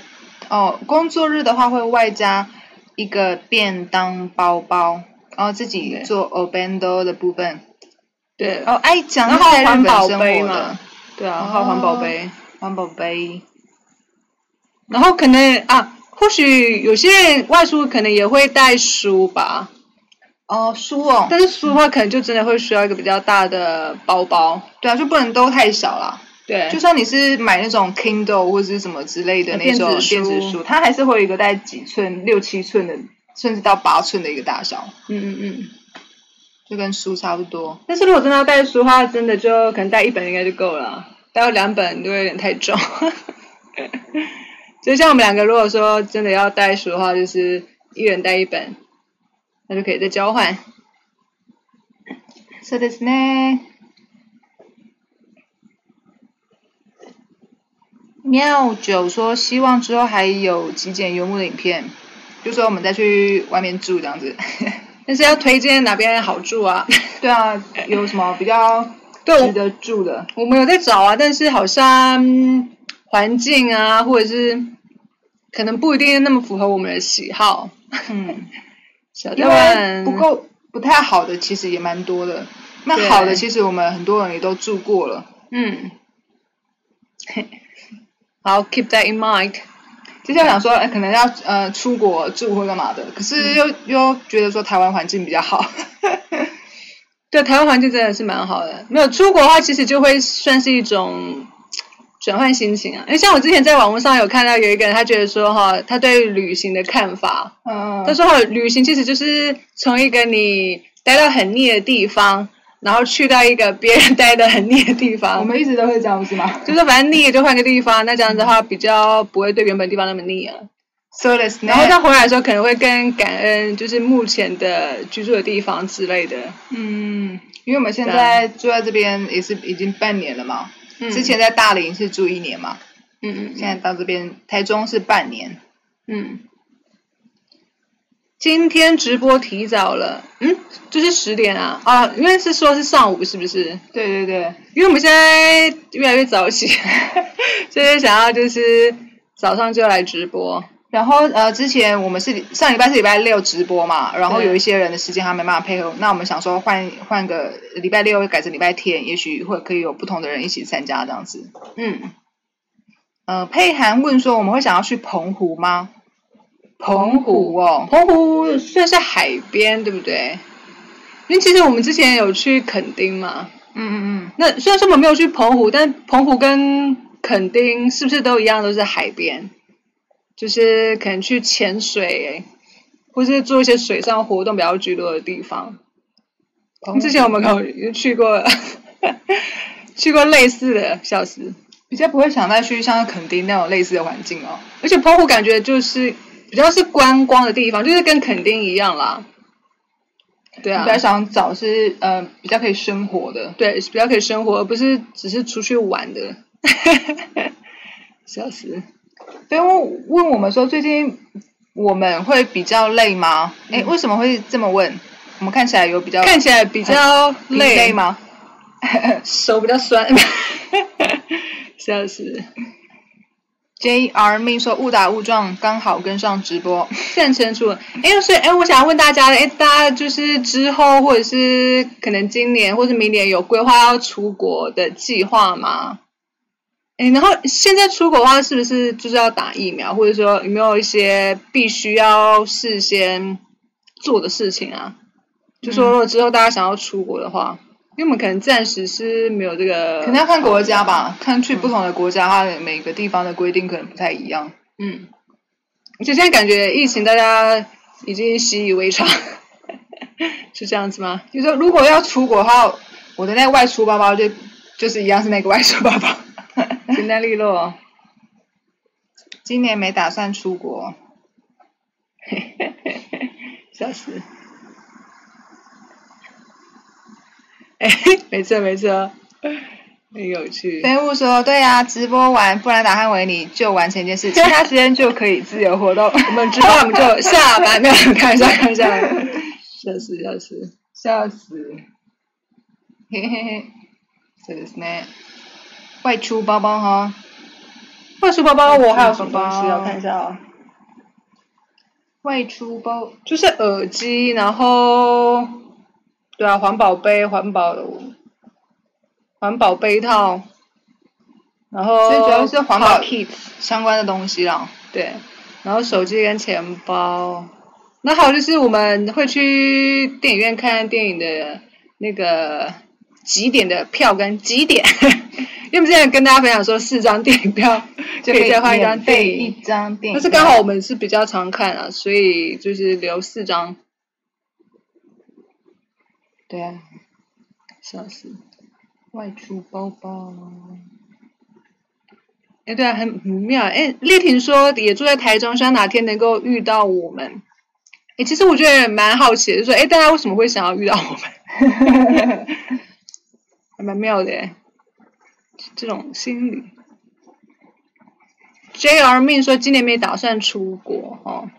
哦，工作日的话会外加一个便当包包，然后自己
对
做 obendo 的部部分。
对，
哦，爱讲
然
是
后
在日
环
本
保
生
杯
活的
嘛对啊，还有环保杯。
环保杯，
然后可能啊，或许有些人外出可能也会带书吧，
哦，书哦，
但是书的话，可能就真的会需要一个比较大的包包。
对啊，就不能都太少啦。
对
就算你是买那种 Kindle 或者是什么之类的
呃
那种
电子书
电子书，它还是会有一个大概几寸、六七寸的，甚至到八寸的一个大小，
嗯嗯嗯。
就跟书差不多。
但是如果真的要带书的话，真的就可能带一本应该就够了，带两本就会有点太重。 就像我们两个，如果说真的要带书的话，就是一人带一本，那就可以再交换。
そうですね。妙九说希望之后还有极简游牧的影片，就说我们再去外面住这样子。
但是要推荐哪边好住啊？
对啊，有什么比较
对
值
我
得住的？
我们有在找啊，但是好像嗯环境啊，或者是可能不一定那么符合我们的喜好。
嗯。
小
因
蛋
为
蛋
不够不太好的其实也蛮多的。那
对
好的其实我们很多人也都住过了。
嗯， 好，keep that in mind。
接下来想说，哎，可能要呃出国住或干嘛的，可是
嗯
又、又觉得说台湾环境比较 好。
对，台湾环境真的是蛮好的。没有出国的话，其实就会算是一种转换心情啊。因为像我之前在网络上有看到有一个人，他觉得说哈，他对旅行的看法，
嗯
他说哈，旅行其实就是从一个你待到很腻的地方，然后去到一个别人 待的很腻的地
我
方。
们一直都会这样，不是吗？
就是反正腻就换个地方，那这样子的话比较不会对原本地方那么腻啊。
嗯 So this，
然后再回来的时候，可能会更感恩，就是目前的居住的地方之类的。
嗯，因为我们现在住在这边也是已经半年了嘛，
啊嗯
之前在大林是住一年嘛，
嗯
现在到这边台中是半年。
嗯，今天直播提早了，嗯，就是十点啊啊，因为是说是上午是不是？
对对对，
因为我们现在越来越早起， 所以想要就是早上就来直播。
然后呃，之前我们是上礼拜是礼拜六直播嘛，然后
对
有一些人的时间他没办法配合，那我们想说换换个礼拜六改成礼拜天，也许会可以有不同的人一起参加这样子。
嗯，
呃，佩涵问说我们会想要去澎湖吗？澎湖哦，
澎湖算是海边对不对？因为其实我们之前有去垦丁嘛，
嗯嗯
那虽然说我们没有去澎湖，但澎湖跟垦丁是不是都一样，都是海边？就是可能去潜水，或是做一些水上活动比较居多的地方。
嗯，
之前我们可能去过， 去过类似的小时，
比较不会想再去像垦丁那种类似的环境哦。
而且澎湖感觉就是比较是观光的地方，就是跟垦丁一样啦。对啊
比，较想找是呃比较可以生活的。
对，比较可以生活，而不是只是出去玩的。笑死！
对，问问我们说最近我们会比较累吗？哎、为什么会这么问？我们看起来有比较
看起来比较
疲
累
累吗？
手比较酸， 笑死！
J R 命说误打误撞，刚好跟上直播。
赞成出文，哎，所以哎，我想问大家，哎，大家就是之后或者是可能今年或是明年有规划要出国的计划吗？哎，然后现在出国的话，是不是就是要打疫苗，或者说有没有一些必须要事先做的事情啊？就
嗯
说如果之后大家想要出国的话，因为我们可能暂时是没有这个，
可能要看国家吧，看去不同的国家，它的每个地方的规定可能不太一样。
嗯，而且现在感觉疫情大家已经习以为常， 是这样子吗？
就说如果要出国的话，我的那个外出包包就就是一样是那个外出包包。
简单利落，
今年没打算出国。
笑死！哎，没错没错，很有趣。
飞雾说：“对呀、直播完布兰达和维尼就完成一 件事，其他时间就可以自由活动。
我们之后我们就下班，没有开玩笑开玩 笑，笑死笑死！”
笑死，嘿嘿嘿，そうですね。外出包包哈。
外出包包我还有
外
什
出
么
包包
东西要看一下哦？
外出包
就是耳机，然后对啊，环保杯、环保环保杯套，然后
所以主要是环保
kit
相关的东西啦。
对，然后手机跟钱包，那还有就是我们会去电影院看电影的那个几点的票跟几点，因为我们之前跟大家分享说四张电影票就可以再换一张
免
电
费
影，
一张电影，
但是刚好我们是比较常看啊，所以就是留四张。
对啊，
笑死！
外出包包，
哎，对啊，很很妙。哎，丽婷说也住在台中，希望哪天能够遇到我们。哎，其实我觉得也蛮好奇的，就是说，哎，大家为什么会想要遇到我们？ 还蛮妙的诶，这种心理。J R 命说今年没打算出国哦。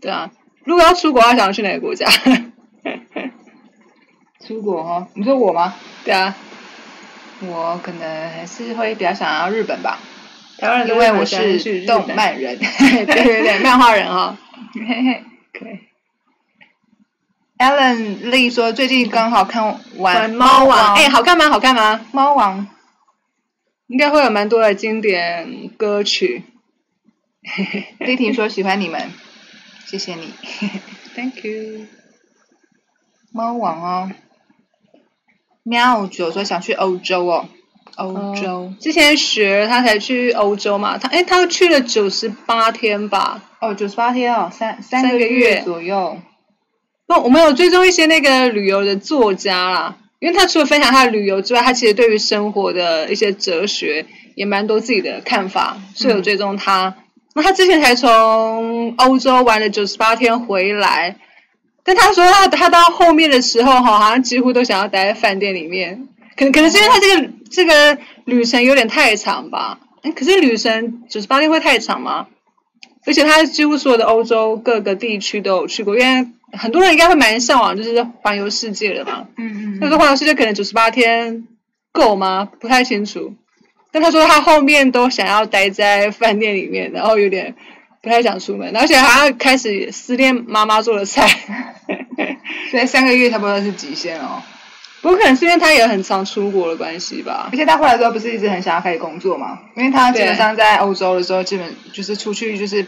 对啊，如果要出国，他想要去哪个国家？
出国哈、哦？你说我吗？
对啊，
我可能还是会比较想要日本吧，
台湾人都
因
会
为我
蛮喜欢去
是
日
动
本，
漫人。
对对对 对，漫画人啊哈、
嘿嘿
可以。
Alan Lee 说，最近刚好看完
玩猫王，哎、
哎，
好看吗？好看吗？
猫王，
应该会有蛮多的经典歌曲。
丽婷说喜欢你们，谢谢你，
Thank you。
猫王哦。喵九说想去欧洲哦，欧洲
之前雪儿她才去欧洲嘛，她哎、她去了九十八天吧。
哦，九十八天哦，三三
三
个
个月
月左右。
那我们有追踪一些那个旅游的作家啦，因为他除了分享他的旅游之外，他其实对于生活的一些哲学也蛮多自己的看法，所以有追踪他。那他之前才从欧洲玩了九十八天回来，但他说他他到后面的时候哈，好像几乎都想要待在饭店里面，可能可能是因为他这个这个旅程有点太长吧。嗯可是旅程九十八天会太长吗？而且他几乎所有的欧洲各个地区都有去过，因为很多人应该会蛮向往就是环游世界的嘛。
嗯
他说环游世界可能九十八天够吗？不太清楚。但他说他后面都想要待在饭店里面，然后有点不太想出门，而且还要开始思念妈妈做的菜。
所以三个月差不多是极限哦。
不过可能是因为他也很常出国的关系吧
而。且他回来之后不是一直很想要开始工作嘛？因为他基本上在欧洲的时候，基本就是出去就是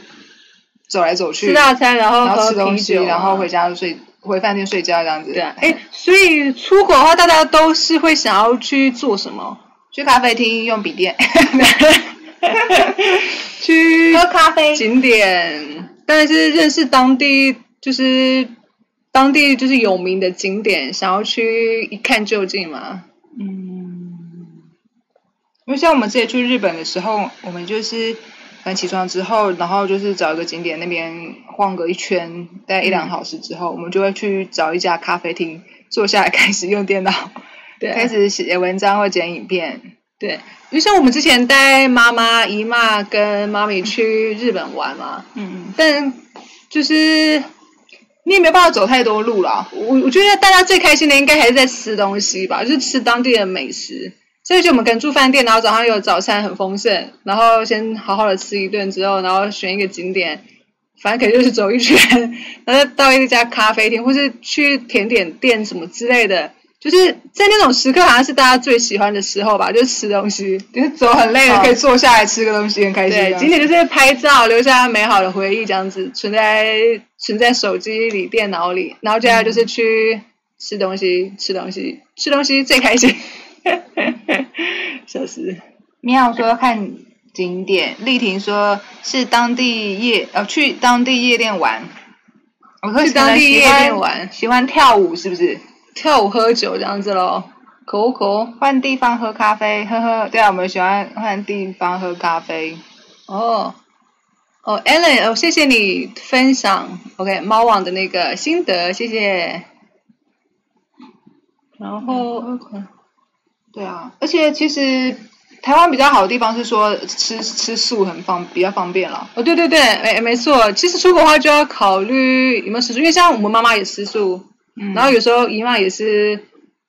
走来走去，
吃大餐，然后
然后
喝
吃东
啤
西，
酒啊，
然后回家就睡，回饭店睡觉这样子。
对啊，哎，所以出国的话，大家都是会想要去做什么？
去咖啡厅用笔电，
去
喝咖啡。
景点，但是认识当地就是当地就是有名的景点，想要去一看究竟嘛。
嗯，因为像我们之前去日本的时候，我们就是反正起床之后，然后就是找一个景点那边晃个一圈，大概一两个小时之后，我们就会去找一家咖啡厅坐下来，开始用 电脑，
对啊，
开始写文章或剪影片。
对，因为像我们之前带妈妈、姨妈跟妈咪去日本玩嘛，
嗯嗯，
但就是
你也没办法走太多路啦。
我我觉得大家最开心的应该还是在吃东西吧，就是吃当地的美食。所以就我们可能住饭店，然后早上有早餐很丰盛，然后先好好的吃一顿之后，然后选一个景点，反正可能就是走一圈，然后到一家咖啡厅，或是去甜点店什么之类的。 就是在那种时刻，好像是大家最喜欢的时候吧，就是吃东西。
就是走很累了，
好
可以坐下来吃个东西，很开心这啊
对，
样。
景点就是拍照，留下美好的回忆，这样子存在存在手机里、电脑里，然后接下来就是去吃东西，吃东西，吃东西最开心。 笑死！
妙说看景点，丽婷说是当地夜呃去当地夜店玩。我说
去
可能
当地
喜
夜
欢
店玩
喜欢跳舞是不是？
跳舞、喝酒这样子咯，口口
换地方喝咖啡，呵呵，对啊，我们喜欢换地方喝咖啡。
哦哦，Allen，哦，谢谢你分享 OK 猫网的那个心得，谢谢。然后
对啊，而且其实台湾比较好的地方是说吃吃素很方比较方便了。
哦，对对对，没没错，其实出国的话就要考虑有没有吃素，因为像我们妈妈也吃素，
嗯
然后有时候姨妈也是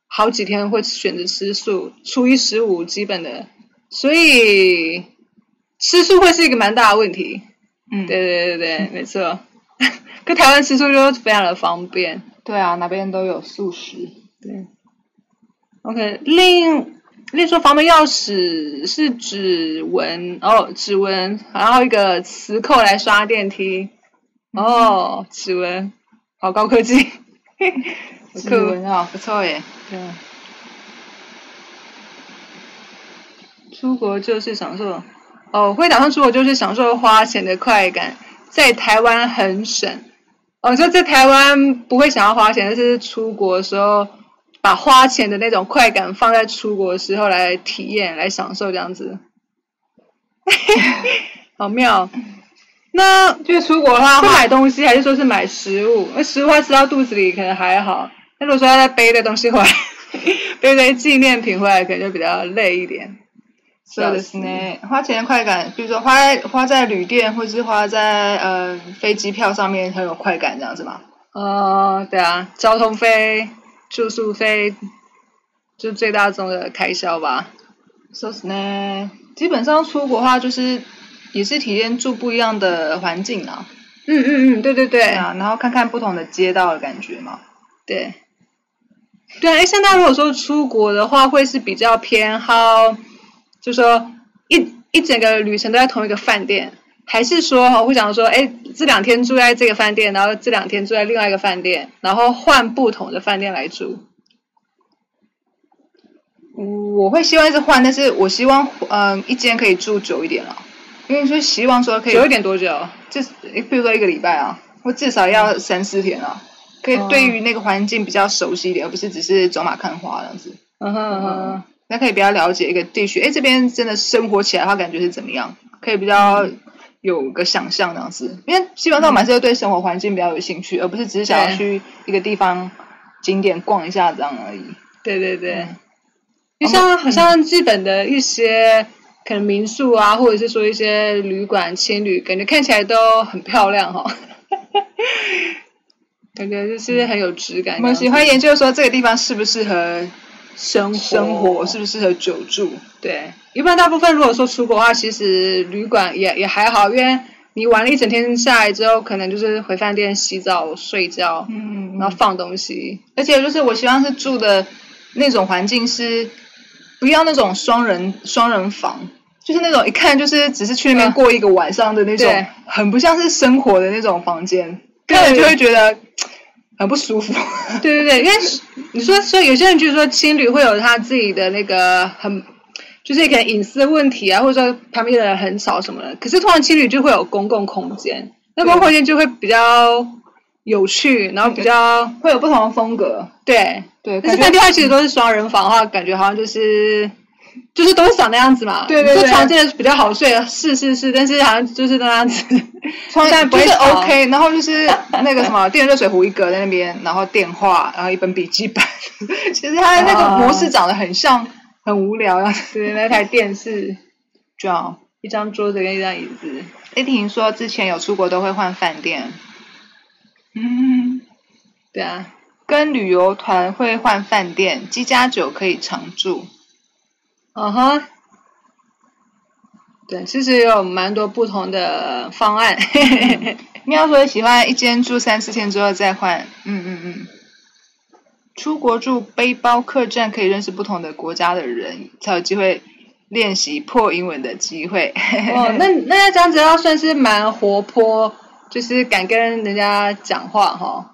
好几天会选择吃素，初一十五基本的，所以吃素会是一个蛮大的问题。
嗯
对对对对，没错。跟台湾吃素就非常的方便。
对啊，哪边都有素食。
对。OK，另另说房门钥匙是指纹哦，指纹，然后一个磁扣来刷电梯。哦，指纹，好高科技。 好
指
酷
纹啊，不错耶。
对。出国就是享受，哦，会打算出国就是享受花钱的快感，在台湾很省。哦，你说在台湾不会想要花钱，但是出国的时候把花钱的那种快感放在出国的时候来体验、来享受这样子， 好妙。那就是出国的话，是买东西还是说是买食物？那食物的话吃到肚子里可能还好，那如果说要再背的东西回来， 背着纪念品回来，可能就比较累一点。
そうですね。花钱的快感，比如说花在花在旅店，或是花在呃飞机票上面，很有快感，这样子嘛。
呃，对啊，交通费、住宿费，就最大宗的开销吧。
そうですね。基本上出国的话，就是也是体验住不一样的环境啊，
嗯嗯嗯，对对对，
对啊，然后看看不同的街道的感觉嘛。
对。对啊，哎，像他如果说出国的话，会是比较偏好，就说一一整个旅程都在同一个饭店，还是说哦会想说，哎，这两天住在这个饭店，然后这两天住在另外一个饭店，然后换不同的饭店来住？
我会希望一直换，但是我希望嗯、呃一间可以住久一点了，因为你说希望说可以
久一点多久？
就是比如说一个礼拜啊，或至少要三四天啊，可以
哦
对于那个环境比较熟悉一点，而不是只是走马看花这样子。
嗯哼嗯哼，
那可以比较了解一个地区，哎，这边真的生活起来的话，感觉是怎么样？可以比较有个想象这样子，因为基本上我们还是会对生活环境比较有兴趣，而不是只是想要
对
去一个地方景点逛一下这样而已。
对对对
嗯，
因为像好像日本的一些可能民宿啊，或者是说一些旅馆、青旅，感觉看起来都很漂亮哈、哦， 感觉就是很有质感
我
这样子。
们喜欢研究说这个地方适不适合
生活
生活，是不是适合久住？
对，一般大部分如果说出国的话，其实旅馆也也还好，因为你玩了一整天下来之后，可能就是回饭店洗澡、睡觉，
嗯
然后放东西。
而且就是我希望是住的那种环境是不要那种双人双人房，就是那种一看就是只是去那边
对
过一个晚上的那种
对，
很不像是生活的那种房间，
对
看了就会觉得很不舒服。
对对对，因为是你说说有些人就是说青旅会有他自己的那个很，就是可能隐私问题啊，或者说旁边的人很少什么的。可是通常青旅就会有公共空间，那公共空间就会比较有趣，然后比较
会有不同的风格，
对。
对，
但是
感
饭
觉
店它其实都是双人房的话，感觉好像就是就是都是长那样子嘛。
对对对
你说常见的比较好睡，是是是，但是好像就是那样子。
床
但 不
就
会
是
吵
OK，然后就是那个什 么电热水壶一格在那边，然后电话，然后一本笔记本。 其实它的那个模式长得很像，很无聊，然后
对，那台电视，
这样。
一张桌子跟一张椅子。
丽婷说之前有出国都会换饭店，嗯，
对啊，
跟旅游团会换饭店，鸡加酒可以常住。
嗯哼。对，其实也有蛮多不同的方 案。
喵说喜欢一间住三四天之后再换，嗯嗯嗯。出国住背包客栈可以认识不同的国家的人，才有机会练习破英文的机会。
哦，那那要这样子要算是蛮活泼，就是敢跟人家讲话哈。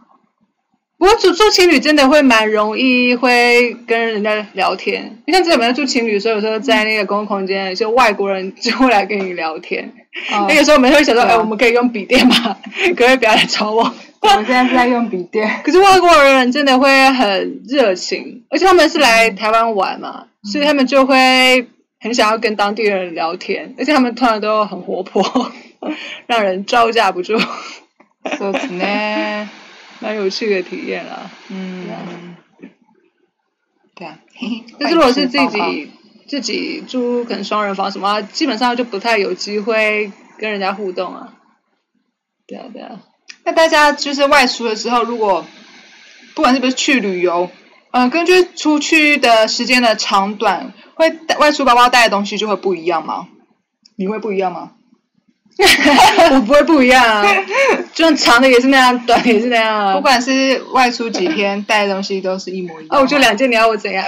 不过住住情侣真的会蛮容易会跟人家聊天，因为像之前我们在住情侣的时候，有时候在那个公共空间，有些外国人就会来跟你聊天。
哦
那个时候我们就会想说，
对
哎、
啊
我们可以用笔电吗？ 可不可以不要来找我？
我们现在是在用笔 电。
可是外国人真的会很热情，而且他们是来台湾玩嘛，所以他们就会很想要跟当地人聊天，而且他们通常都很活泼， 让人招架不住，
そうですね。
蛮有趣的体验啊啦。
嗯，对啊。
但是如果是自
欢迎报告
己自己住，可能双人房什么啊，基本上就不太有机会跟人家互动啊。对啊，对啊，
那大家就是外出的时候，如果不管是不是去旅游，嗯、根据出去的时间的长短，会带外出包包带的东西就会不一样吗？你会不一样吗？
我不会不一样啊，就长的也是那样，短的也是那样啊。
不管是外出几天带的东西都是一模一样吗。
哦，我就两件，你要我 怎样？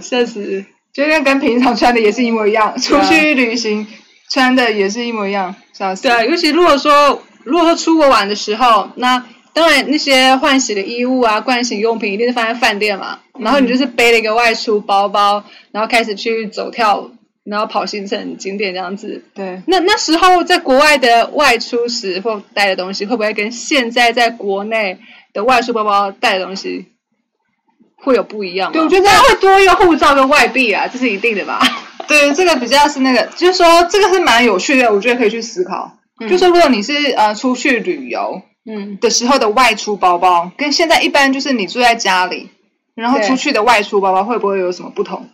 笑死！
觉得跟平常穿的也是一模一样，出
啊
去旅行穿的也是一模一样，笑死。
对啊，尤其如果说如果说出国玩的时候，那当然那些换洗的衣物啊、盥洗用品一定是放在饭店嘛，然后你就是背了一个外出包包，然后开始去走跳，然后跑行程景点这样子。
对，
那那时候在国外的外出时或带的东西，会不会跟现在在国内的外出包包带的东西会有不一样吗？
对我觉得
当然会多一个护照跟外币啊，这是一定的吧？
对，这个比较是那个，就是说这个是蛮有趣的，我觉得可以去思考。
嗯
就说如果你是呃出去旅游
嗯，
的时候的外出包包，跟现在一般就是你住在家里，然后
对
出去的外出包包会不会有什么不同？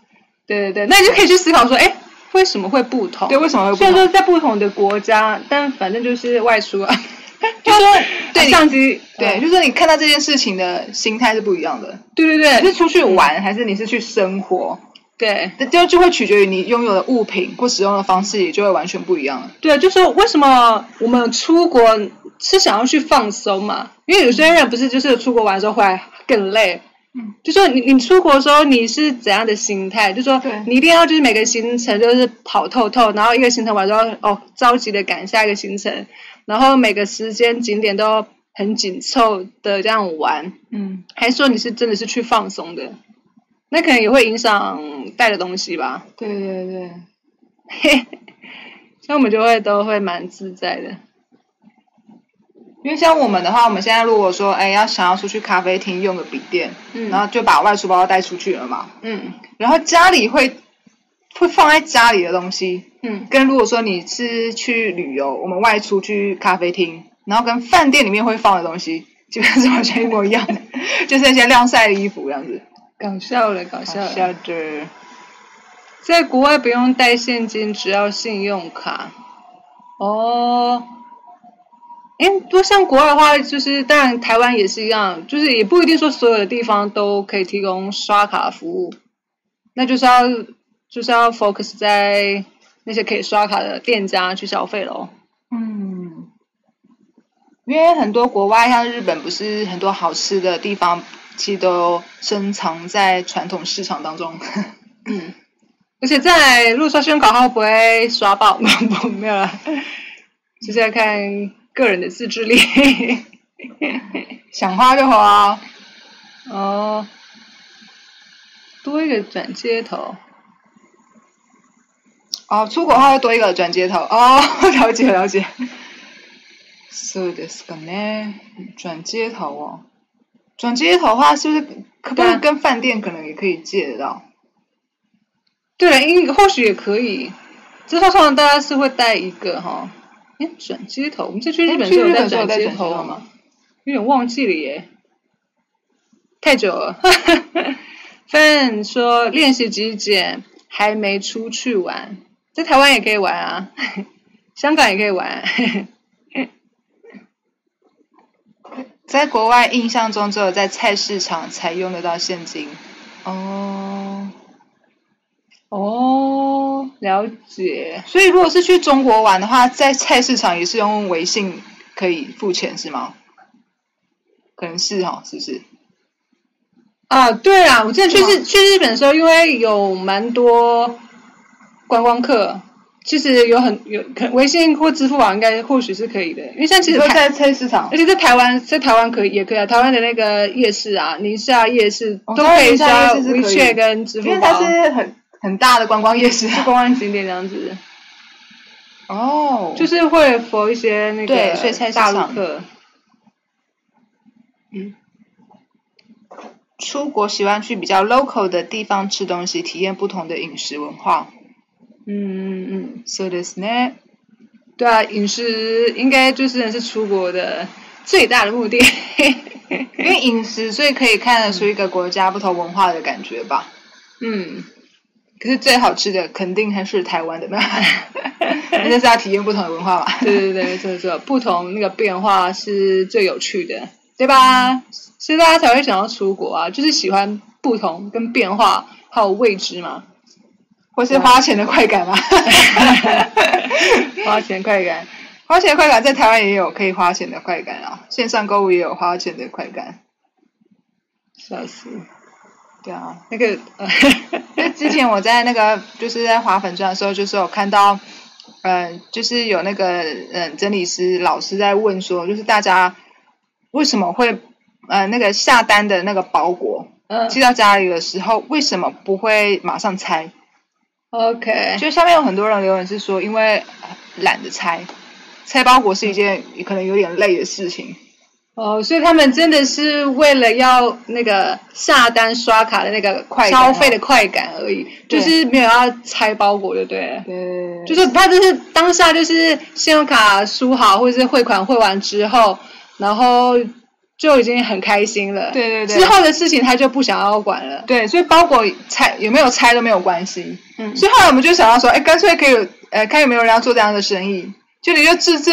对对对，那你就可以去思考说，哎，为什么会不同？
对，为什么会不
虽然说
同？
在不同的国家，但反正就是外出 啊。 就说
对
相机，
对，
对
就是说你看到这件事情的心态是不一样的。
对对
你
对
是出去玩，还是你是去生活？
对
就就会取决于你拥有的物品或使用的方式，也就会完全不一样了。
对，啊就说为什么我们出国是想要去放松嘛？因为有些人不是就是出国玩之后回来更累。
嗯，
就说你你出国的时候你是怎样的心态？就说
对
你一定要就是每个行程就是跑透透，然后一个行程完之后哦着急的赶下一个行程，然后每个时间景点都很紧凑的这样玩。
嗯，
还是说你是真的是去放松的，那可能也会影响带的东西吧。
对对对。
所以我们就会都会蛮自在的。
因为像我们的话，我们现在如果说，哎，要想要出去咖啡厅用个笔电，
嗯
然后就把外出包包带出去了嘛。
嗯
然后家里会会放在家里的东西，
嗯，
跟如果说你是去旅游，我们外出去咖啡厅，然后跟饭店里面会放的东西，基本上是完全一模一样的， 就是那些晾晒的衣服这样子。
搞笑了，搞笑了。
的，
在国外不用带现金，只要信用卡。哦。哎，多像国外的话，就是当然台湾也是一样，就是也不一定说所有的地方都可以提供刷卡服务，那就是要就是要 focus 在那些可以刷卡的店家去消费喽。
嗯，因为很多国外像日本，不是很多好吃的地方，其实都深藏在传统市场当中。
而且在如果刷信用卡的话，不会刷爆， 没有不没有啦，就是要看个人的自制力。
想花啊就花，
哦，多一个转接头，
哦，出国的话会多一个转接头哦， 了解了解。そうですかね，转接头哦，转接头的话是不是可不可
对
以
啊
跟饭店可能也可以借得到？
对了，应或许也可以。这通常大家是会带一个哈，哎，转接头，我们这去日本
去
是有
日
带
本是有
转
带
接
转接
头
头
的
吗
吗？有点忘记了耶，太久了。Fan 说练习极简，还没出去玩，在台湾也可以玩啊， 香港也可以玩。
在国外印象中只有在菜市场才用得到现金。哦，
哦，了解。
所以如果是去中国玩的话，在菜市场也是用微信可以付钱是吗？可能是哦，是不是？
啊，对啊，我之前去
是
日去日本的时候，因为有蛮多观光客，其实有很有可微信或支付宝应该或许是可以的，因为像其
你
实
说
台
在菜市场
而，且在台湾在台湾可以也可以啊，台湾的那个夜市啊，宁夏夜市、
哦
都可
台
以刷
湾宁夏夜市是可以
WeChat 跟支付
因为它
宝，
是很很大的观光夜 市。
观光景点这样子，
哦，
就是是会佛一些那个
对所以菜市
大陆
场
客。
出国喜欢去比较 local 的地方吃东西，体验不同的饮食文化。
嗯嗯嗯，
So this 呢？
对啊，饮食应该就是是出国的最大的目的。
因为饮食，所以可以看得出一个国家不同文化的感觉吧。
嗯。
可是最好吃的肯定还是台湾的，没有？ 那就是要体验不同的文化嘛。
对对对，没错没错，不同那个变化是最有趣的，对吧？所以大家才会想要出国啊，就是喜欢不同跟变化还有未知嘛，
或是花钱的快感嘛。
花钱快感。
花钱的快感在台湾也有可以花钱的快感啊，线上购物也有花钱的快感。
笑死！
对啊，
那个， 呃
因为之前我在那个就是在滑粉砖的时候，就是有看到，嗯，就是有那个嗯整理师老师在问说，就是大家为什么会呃那个下单的那个包裹
嗯
寄到家里的时候，为什么不会马上拆？
，OK，
就下面有很多人留言是说，因为呃懒得拆，拆包裹是一件可能有点累的事情。
哦，所以他们真的是为了要那个下单刷卡的那个
快感啊
消费的快感而已，
对
就是没有要拆包裹，对不对了？
对
就
就是
是他就是当下就是信用卡输好或者是汇款汇完之后，然后就已经很开心了。
对对对
之后的事情他就不想要管了。
对，所以包裹拆有没有拆都没有关系。
嗯
所以后来我们就想到说，哎，干脆可以有，呃，看有没有人要做这样的生意，就你就自制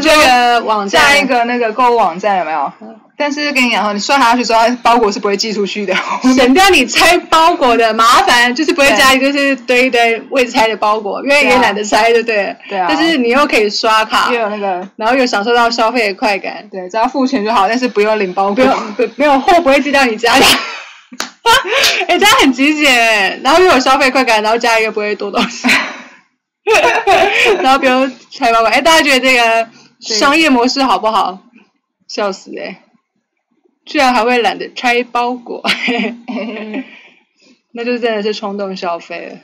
自
作一个网站
下一个那个购物网站有没有
嗯？
但是跟你讲哈，你刷下去之后，哎包裹是不会寄出去 的。
省掉你拆包裹的麻烦，就是不会
对
家里就是堆一堆未拆的包裹，因为
对
也
啊
懒得拆，对不对？
对啊
但是你又可以刷卡
又，有那个，
然后又享受到消费的快感，
对，只要付钱就好，但是不用领包
不
裹。
用不没有货不会寄到你家 里。哎、这样很极简，然后又有消费快感，然后家里又不会多东西。 然后比如拆包裹，哎，大家觉得这个商业模式好不好？笑死哎、居然还会懒得拆包裹， 那就真的是冲动消费了。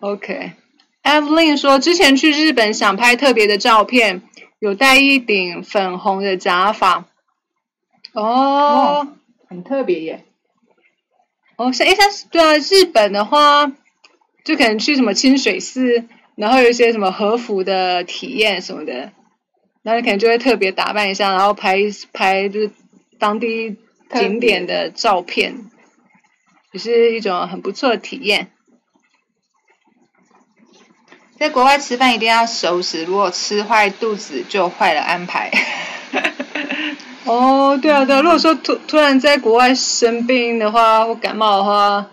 OK。Evelyn 说，之前去日本想拍特别的照片，有戴一顶粉红的假发。哦
哦，很特别耶。
哦，像诶，像是对啊，日本的话，就可能去什么清水寺，然后有一些什么和服的体验什么的，然后你可能就会特别打扮一下，然后拍拍就是当地景点的照片，也是一种很不错的体验。
在国外吃饭一定要熟食，如果吃坏肚子就坏了安排。
哦，对啊，对啊，如果说突突然在国外生病的话，或感冒的话，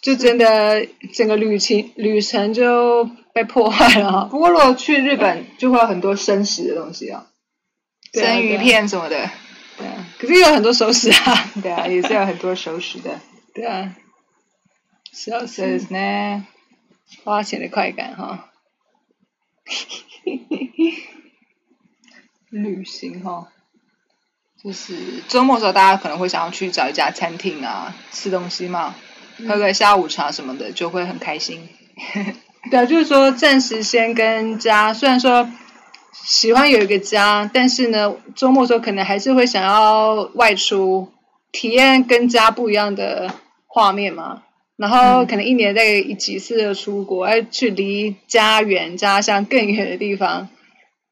就真的整个旅行旅程就被破坏了哈。
不过如果去日本，就会有很多生食的东西哦，
对啊
生鱼
对啊
片什么的。
对啊，可是也有很多熟食啊。
对啊，也是有很多熟食的。
对啊，笑
所以
死，
呢，
花钱的快感哈。
旅行哦哈、就是周末的时候，大家可能会想要去找一家餐厅啊，吃东西嘛，
嗯
喝个下午茶什么的，就会很开心。
对啊，就是说暂时先跟家，虽然说喜欢有一个家，但是呢，周末的时候可能还是会想要外出体验跟家不一样的画面嘛。然后可能一年再几次的出国，要去离家园、家乡更远的地方，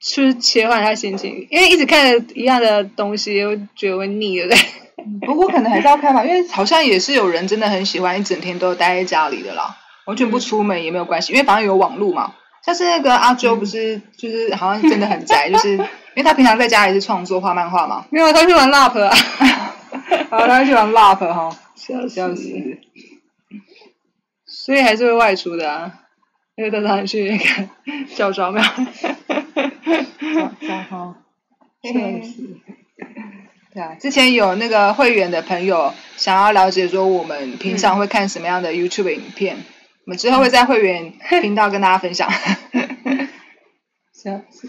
去切换一下心情。因为一直看着一样的东西，我觉得会腻了。
不过可能还是要看 吧，因为好像也是有人真的很喜欢一整天都待在家里的啦，完全不出门也没有关系，因为反正有网络嘛。像是那个阿周不是就是好像真的很宅， 就是因为他平常在家也是创作画漫画嘛，
没有，他去玩 LARP 啊，
然后他喜欢 LARP 哈，
笑
这样子。
所以还是会外出的啊，因为带他去那个教庄庙。
这 样哈。
笑死
对啊，之前有那个会员的朋友想要了解说我们平常会看什么样的 YouTube 影片，我们之后会在会员
嗯
频道跟大家分 享。
笑死！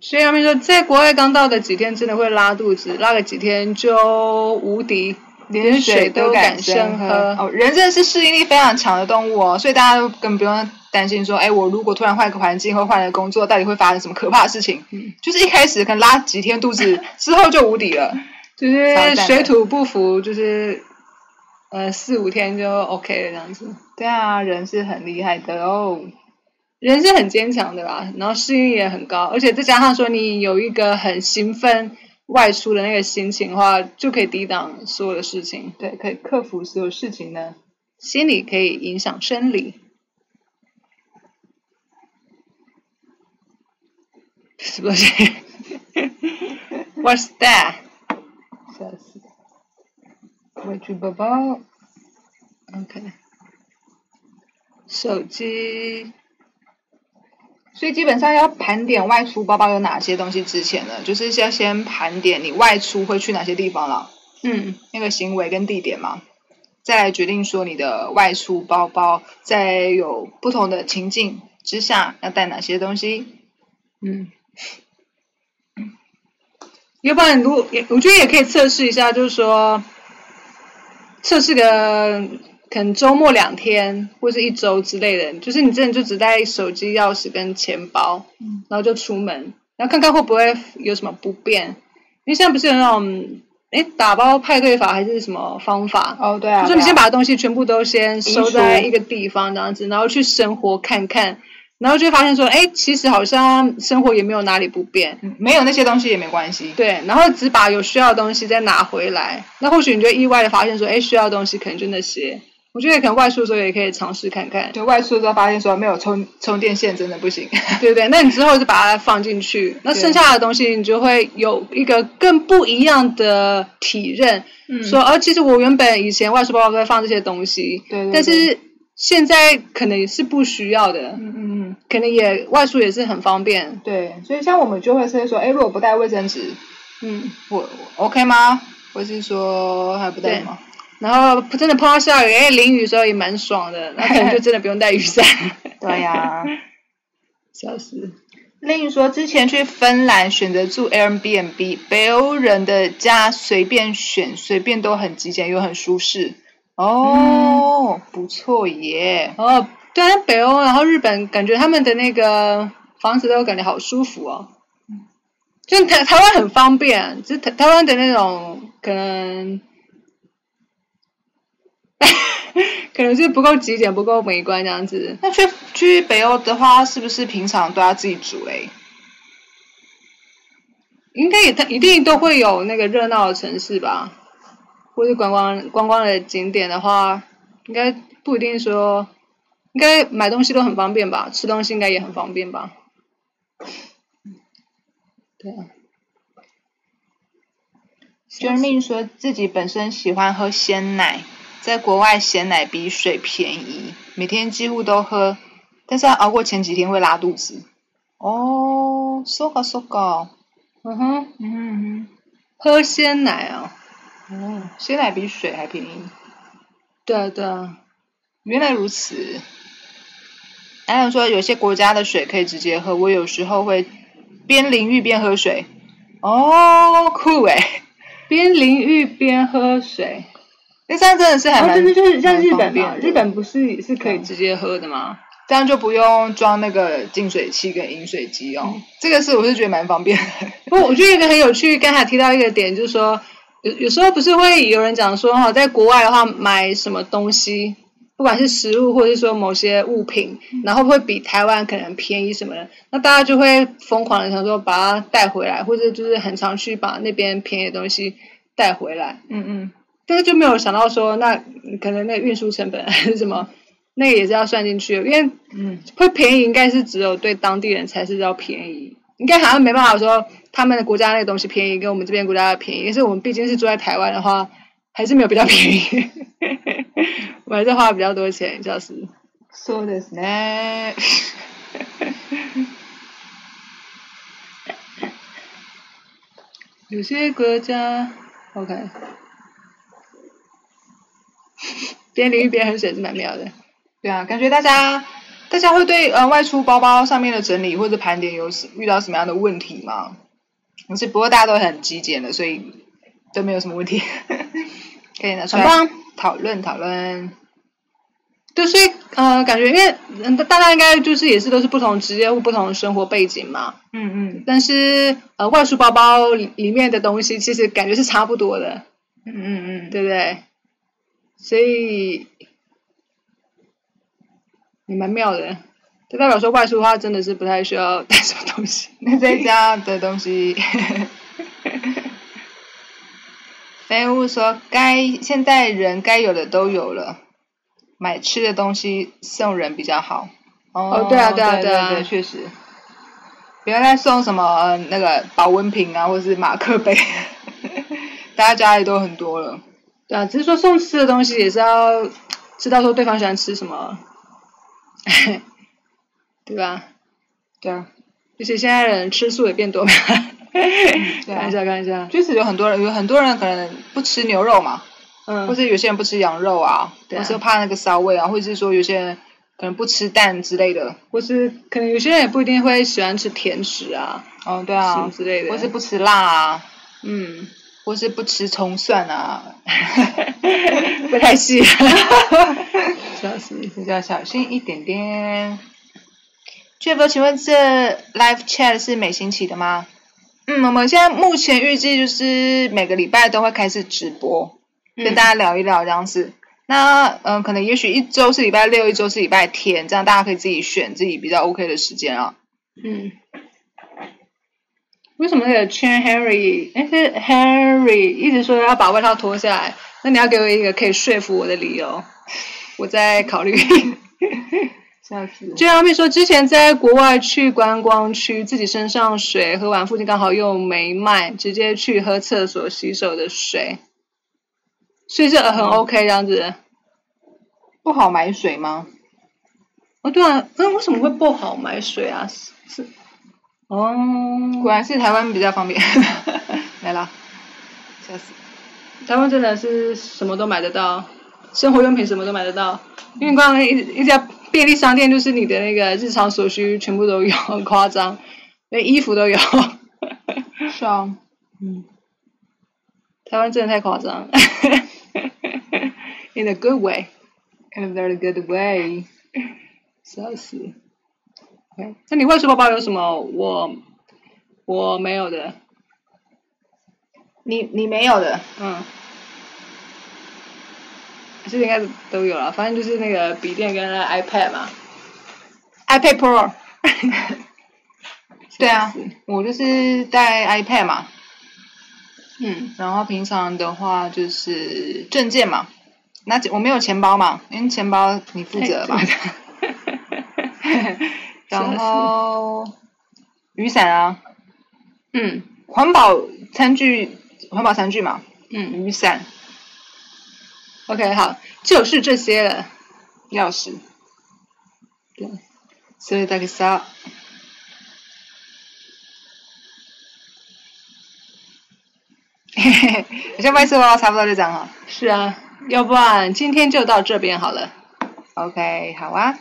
所以他们说，在国外刚到的几天真的会拉肚子，拉个几天就无敌，连水都敢生喝。
哦，人真的是适应力非常强的动物哦，所以大家都根本不用担心说，哎，我如果突然换个环境或换了工作，到底会发生什么可怕的事情？
嗯
就是一开始可能拉几天肚子，之后就无敌了。
就是
超赞的
水土不服，就是呃四五天就 OK 了这样子。
对啊，人是很厉害的哦。
人是很坚强的啦，然后适应力也很高，而且再加上说你有一个很兴奋外出的那个心情的话，就可以抵挡所有的事情。
对，可以克服所有事情呢。
心理可以影响生理。什么东西？What's that？
笑死！委屈宝宝。
OK，手机
所以基本上要盘点外出包包有哪些东西之前呢，就是要先盘点你外出会去哪些地方啦，
嗯，
那个行为跟地点嘛，再来决定说你的外出包包在有不同的情境之下要带哪些东西。
嗯，要不然如果也我觉得也可以测试一下，就是说测试个可能周末两天或是一周之类的，就是你真的就只带手机、钥匙跟钱包，
嗯
然后就出门，然后看看会不会有什么不便，因为现在不是有那种哎打包派对法还是什么方法，
哦，对啊，
就说你先把东西全部都先收在
移除
一个地方，这样子，然后去生活看看，然后就会发现说，哎，其实好像生活也没有哪里不便，
嗯没有那些东西也没关系。
对，然后只把有需要的东西再拿回来，那或许你就意外的发现说，哎，需要的东西可能就那些。我觉得可能外出的时候也可以尝试 看看，
就外出之后发现说没有充充电线真的不行。
对不对？那你之后就把它放进去，那
对
剩下的东西你就会有一个更不一样的体认，
嗯
说，哦，其实我原本以前外出包包都在放这些东西，
对对对
但是现在可能也是不需要的，
嗯嗯嗯。
可能也外出也是很方便。
对，所以像我们就会是说，哎，如果不带卫生纸，
嗯，
我我 OK 吗？或是说还不带吗？
然后真的碰到下雨，哎，淋雨的时候也蛮爽的，那可能就真的不用带雨伞。
对呀、
笑死！
另说，之前去芬兰选择住 Airbnb，北欧人的家随便选，随便都很极简又很舒适。哦，不错耶。
哦，对啊，北欧，然后日本，感觉他们的那个房子都感觉好舒服哦。就台台湾很方便，就是台台湾的那种可能， 可能是不够极简、不够美观这样子。
那去去北欧的话，是不是平常都要自己煮嘞？
应该也它一定都会有那个热闹的城市吧，或是观光观光的景点的话，应该不一定说，应该买东西都很方便吧，吃东西应该也很方便吧。对啊，
Jeremy 说自己本身喜欢喝鲜奶，在国外鲜奶比水便宜，每天几乎都喝，但是要熬过前几天会拉肚子。哦，so ga so ga，
嗯哼，
嗯
喝鲜奶啊，
哼，哦，鲜奶比水还便宜，
对啊对啊，
原来如此。还有说有些国家的水可以直接喝，我有时候会边淋浴边喝水。哦，酷诶，
边淋浴边喝水，
那这样真的是还
然后
蛮、
哦真的就是像
蛮
日
方
本
便
嘛，
的
日本不是是可以直接喝的吗？
这样就不用装那个净水器跟饮水机哦。这个是我是觉得蛮方便的。
不，我觉得一个很有趣，刚才提到一个点，就是说，有有时候不是会有人讲说哈，在国外的话买什么东西，不管是食物或者是说某些物品，然后会比台湾可能便宜什么的，那大家就会疯狂的想说把它带回来，或者就是很常去把那边便宜的东西带回来，
嗯 嗯，
但是就没有想到说那可能那个运输成本啊还是什么，那个也是要算进去的，因为
嗯，
会便宜应该是只有对当地人才是叫便宜，应该好像没办法说他们的国家那个东西便宜跟我们这边国家的便宜，但是我们毕竟是住在台湾的话，还是没有比较便宜， 我还是花了比较多钱，就是
そうですね。
有些国家 OK，边淋雨边喝水是蛮妙的。
对啊，感觉大家大家会对呃外出包包上面的整理或者盘点有什遇到什么样的问题吗？可是不过大家都很极简的，所以都没有什么问题，可以拿出来
很棒
讨论讨论。
对，所以呃，感觉因为嗯大家应该就是也是都是不同职业或不同的生活背景嘛，
嗯嗯
但是呃，外出包包里里面的东西其实感觉是差不多的，
嗯嗯嗯，
对不对？所以也蛮妙的，这代表说外出的话真的是不太需要带什么东西。
那 在家的东西。 废物说：“该现代人该有的都有了，买吃的东西送人比较好。”哦
哦对啊对啊
对
对啊
对，确实。不要再送什么、呃那个保温瓶啊，或者是马克杯， 大家家里都很多了。
对啊，只是说送吃的东西也是要知道说对方喜欢吃什么， 对吧？
对啊，
而且现在人吃素也变多了，
对
开
啊
玩笑开玩笑，
确实有很多人，有很多人可能不吃牛肉嘛，
嗯，
或是有些人不吃羊肉啊，
对啊
或是怕那个骚味啊，或者是说有些人可能不吃蛋之类的。
或是可能有些人也不一定会喜欢吃甜食啊，
哦，对
什
啊
么，之类的，
或是不吃辣啊，
嗯。
或是不吃葱蒜啊，
不太细，笑死！
比较小心一点点。Jeff，请问这 live chat 是每星期的吗？嗯，我们现在目前预计就是每个礼拜都会开始直播，跟大家聊一聊这样子。那嗯、呃可能也许一周是礼拜六，一周是礼拜天，这样大家可以自己选自己比较 OK 的时间 啊。
嗯，为什么那个 Chen Harry，哎是 Harry 一直说要把外套脱下来，那你要给我一个可以说服我的理由，我再考虑。
下次
就他们说，之前在国外去观光区，自己身上水喝完，附近刚好又没卖，直接去喝厕所洗手的水，所以这很 OK 这样子。
不好买水吗？
哦，对啊，那为什么会不好买水啊？是是，哦，
果然是台湾比较方便。来啦，下次。
台湾真的是什么都买得到，生活用品什么都买得到，因为光一一家便利商店就是你的那个日常所需全部都有，很夸张，连衣服都有。
是啊，
台湾真的太夸张了 ，in a good way，
in a very good way。
笑死。OK，那你外出包包有什么我我没有的？
你你没有的，
嗯，这个应该是都有了，反正就是那个笔电跟那 iPad 嘛。
iPad Pro。对啊，我就是带 iPad 嘛，
嗯
然后平常的话就是证件嘛。那我没有钱包嘛，因为钱包你负责
哎
吧。 然后雨伞啊，
嗯
环保餐具，环保餐具嘛，
嗯
雨伞、
，OK，好，就是这些了。
钥匙。
对，
所以大概 啥？嘿嘿嘿，你像麦斯包差不多就这样哈。哦
是啊，要不然今天就到这边好了。
OK，好啊。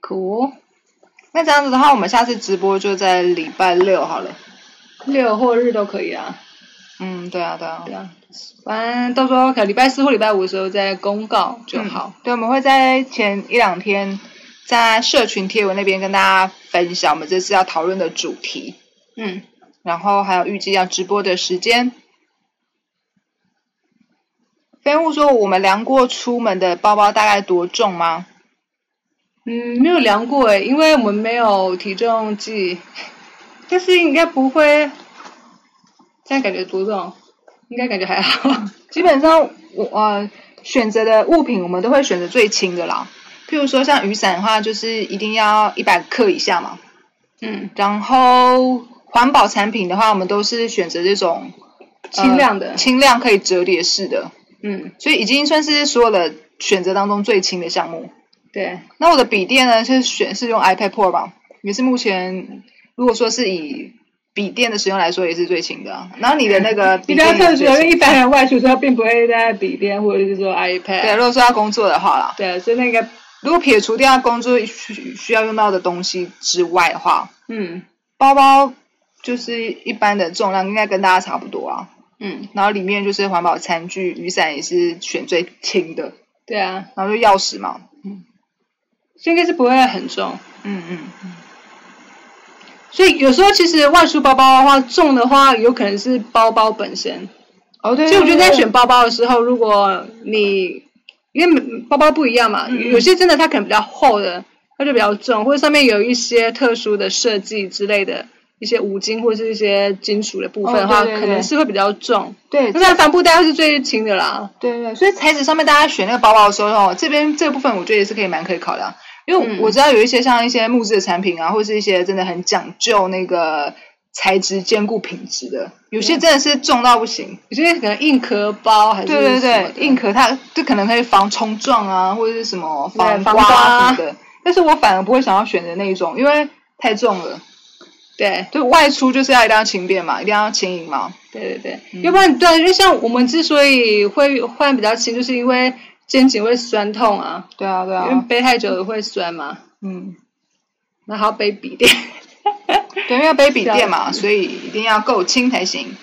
cool
那这样子的话，我们下次直播就在礼拜六好了。
六或日都可以啊。
嗯，对啊，对啊
对，啊，反正到时候可能礼拜四或礼拜五的时候再公告就
嗯
好。。
对，我们会在前一两天在社群贴文那边跟大家分享我们这次要讨论的主题。
嗯，
然后还有预计要直播的时间。飞物说：“我们量过出门的包包大概多重吗？
嗯，没有量过诶，因为我们没有体重计， 但是应该不会。现在感觉多重？应该感觉还好。
基本上我呃选择的物品，我们都会选择最轻的啦。譬如说像雨伞的话，就是一定要一百克以下嘛。
嗯，
然后环保产品的话，我们都是选择这种呃
轻量的。
轻量可以折叠式的，
嗯，
所以已经算是所有的选择当中最轻的项目。
对，
那我的笔电呢，是选是用 iPad Pro 吧，也是目前如果说是以笔电的使用来说，也是最轻的啊、然后你的那个笔
嗯比
电
较
也
特
是
殊
最
的，因
轻
为一般人外出之后并不会带笔电或者是说 iPad。
对，如果说要工作的话啦，
对，所以那个，
如果撇除掉工作需需要用到的东西之外的话，
嗯
包包就是一般的重量应该跟大家差不多啊。
嗯，
然后里面就是环保餐具、雨伞也是选最轻的，
对啊，
然后就钥匙嘛，
所以应该是不会很重。
嗯嗯，
所以有时候其实外出包包的话，重的话有可能是包包本身。
哦对
所以我觉得在选包包的时候，如果你因为每包包不一样嘛，
嗯嗯
有些真的它可能比较厚的，它就比较重，或者上面有一些特殊的设计之类的。一些五金或是一些金属的部分的话，
哦对对对
可能是会比较重。
对
那像帆布袋是最轻的啦，
对对，所以材质上面大家选那个包包的时候，哦，这边这个部分我觉得也是可以蛮可以考量，因为
嗯
我知道有一些像一些木质的产品啊，或是一些真的很讲究那个材质兼顾品质的，有
嗯
些真的是重到不行。
有些可能硬壳包还是
对对
什么
对
的，
硬壳它就可能可以防冲撞啊，或者是什么
对
刮
防啊刮
什么的，但是我反而不会想要选择那一种，因为太重了。
对
对，外出就是要一定要轻便嘛，一定要轻盈嘛。
对对对，
嗯
要不然对，因为像我们之所以会换比较轻，就是因为肩颈会酸痛啊，
对啊，对
因为
啊，
背太久了会酸嘛，
嗯，
然后还要背 笔电。
对，因为背笔电
啊
嘛，所以一定要够轻才行。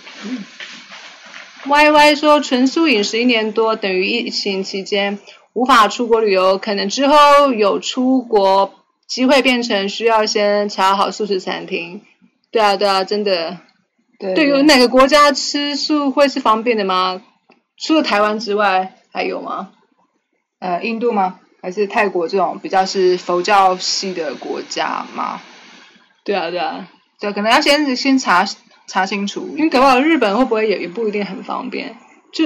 Y Y 说，纯素饮食一年多，等于疫情期间无法出国旅游，可能之后有出国机会，变成需要先查好素食餐厅。对啊，对啊，真的。
对
对，有哪个国家吃素会是方便的吗？除了台湾之外，还有吗？
呃，印度吗？还是泰国这种比较是佛教系的国家吗？
对啊，对啊，
对，可能要先先查查清楚
因。为搞不好日本会不会也也不一定很方便，就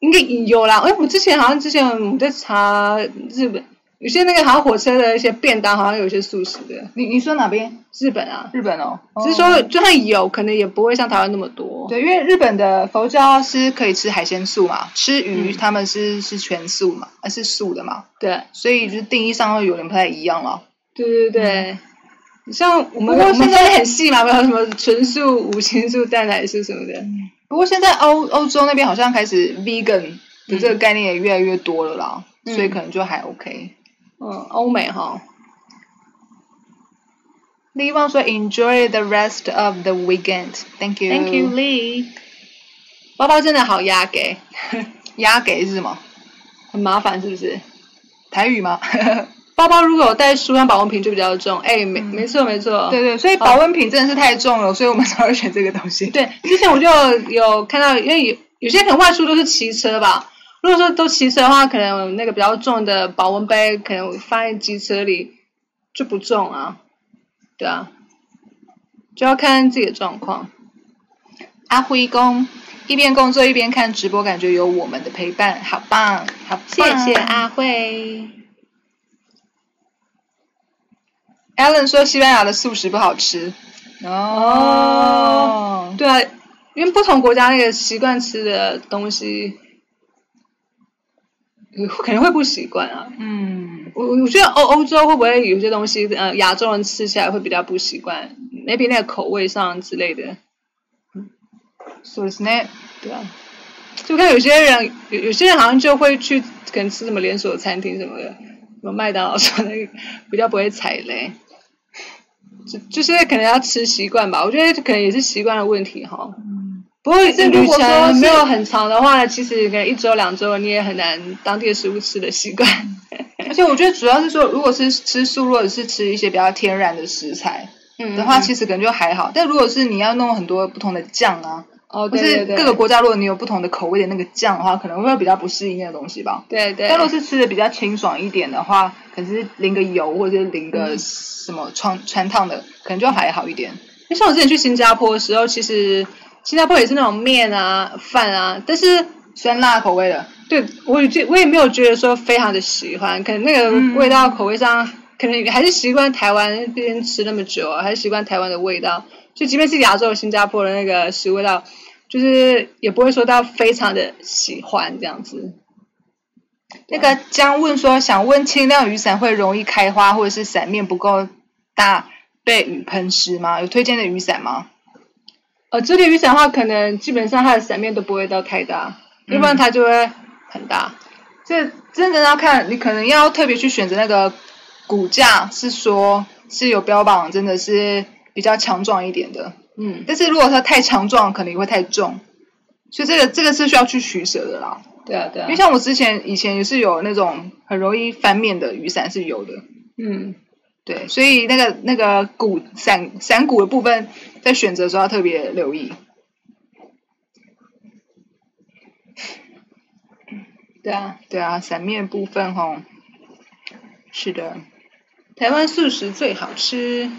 应该有啦。哎，我之前好像之前我们在查日本，有些那个好像火车的一些便当，好像有一些素食的，
你你说哪边？
日本啊。
日本哦，
只是
哦
说，就算有，可能也不会像台湾那么多。
对，因为日本的佛教是可以吃海鲜素嘛，吃鱼
嗯
他们是是全素嘛，呃是素的嘛，
对
所以就是定义上会有点不太一样了。
对对对，像我
嗯
们
不过
我们
现在
分得很细嘛，没有什么纯素、无禽素、蛋奶素什么的。
不过现在欧欧洲那边好像开始 vegan 的这个概念也越来越多了啦，
嗯
所以可能就还 OK。
嗯，欧美哈，
另外说，enjoy the rest of the weekend，thank you。
Thank you, Lee。包包真的好压给，
压给是什么？
很麻烦是不是？
台语吗？
包包如果有带书跟保温瓶就比较重。哎，没没错没 错。
对对，所以保温瓶真的是太重了，所以我们才会选这个东西。
对，之前我就有看到，因为有有些可能外出都是骑车吧。如果说都骑车的话，可能那个比较重的保温杯可能放在机车里就不重啊。对啊，就要看自己的状况。
阿辉公一边工作一边看直播，感觉有我们的陪伴，好棒，好
谢
棒
谢。阿慧。
Alan 说西班牙的素食不好吃。哦，
对啊，因为不同国家那个习惯吃的东西，呃可能会不习惯啊。
嗯，
我我觉得欧欧洲会不会有些东西，呃，亚洲人吃起来会比较不习惯，maybe 那个口味上之类的，
そうですね。
对啊。就看有些人，有有些人好像就会去可能吃什么连锁餐厅什么的，什么麦当劳什么的，比较不会踩雷。就就是可能要吃习惯吧，我觉得可能也是习惯的问题哈。不过这如
旅
果
程
说
是
没有很长的话，其实可能一周两周你也很难当地的食物吃的习惯。
而且我觉得主要是说，如果是吃素，或者是吃一些比较天然的食材，
嗯
的话，其实可能就还好。但如果是你要弄很多不同的酱啊，或
哦，对
是
对对，
各个国家，如果你有不同的口味的那个酱的话，可能会比较不适应那个东西吧。
对对，
但如果是吃的比较清爽一点的话，可能是淋个油或者是淋个
嗯
什么川川烫的，可能就还好一点。
因为像我之前去新加坡的时候，其实新加坡也是那种面啊、饭啊，但是
酸辣口味的，
对我也觉我也没有觉得说非常的喜欢，可能那
嗯
个味道口味上，可能还是习惯台湾，毕竟吃那么久啊，还是习惯台湾的味道。就即便是亚洲新加坡的那个食物味道，就是也不会说到非常的喜欢这样子。
那个姜问说，想问轻量雨伞会容易开花，或者是伞面不够大被雨喷湿吗？有推荐的雨伞吗？
呃，折叠雨伞的话，可能基本上它的伞面都不会到太大，要不然它就会很大。
这真的要看，你可能要特别去选择那个骨架，是说是有标榜，真的是比较强壮一点的。
嗯，
但是如果它太强壮，可能也会太重，所以这个这个是需要去取舍的啦。
对啊，对啊
因为。像我之前以前也是有那种很容易翻面的雨伞是有的，
嗯，
对，所以那个那个骨伞伞骨的部分，在选择的时候要特别留意。
对啊。
对啊，伞面部分吼，是的，
台湾素食最好吃。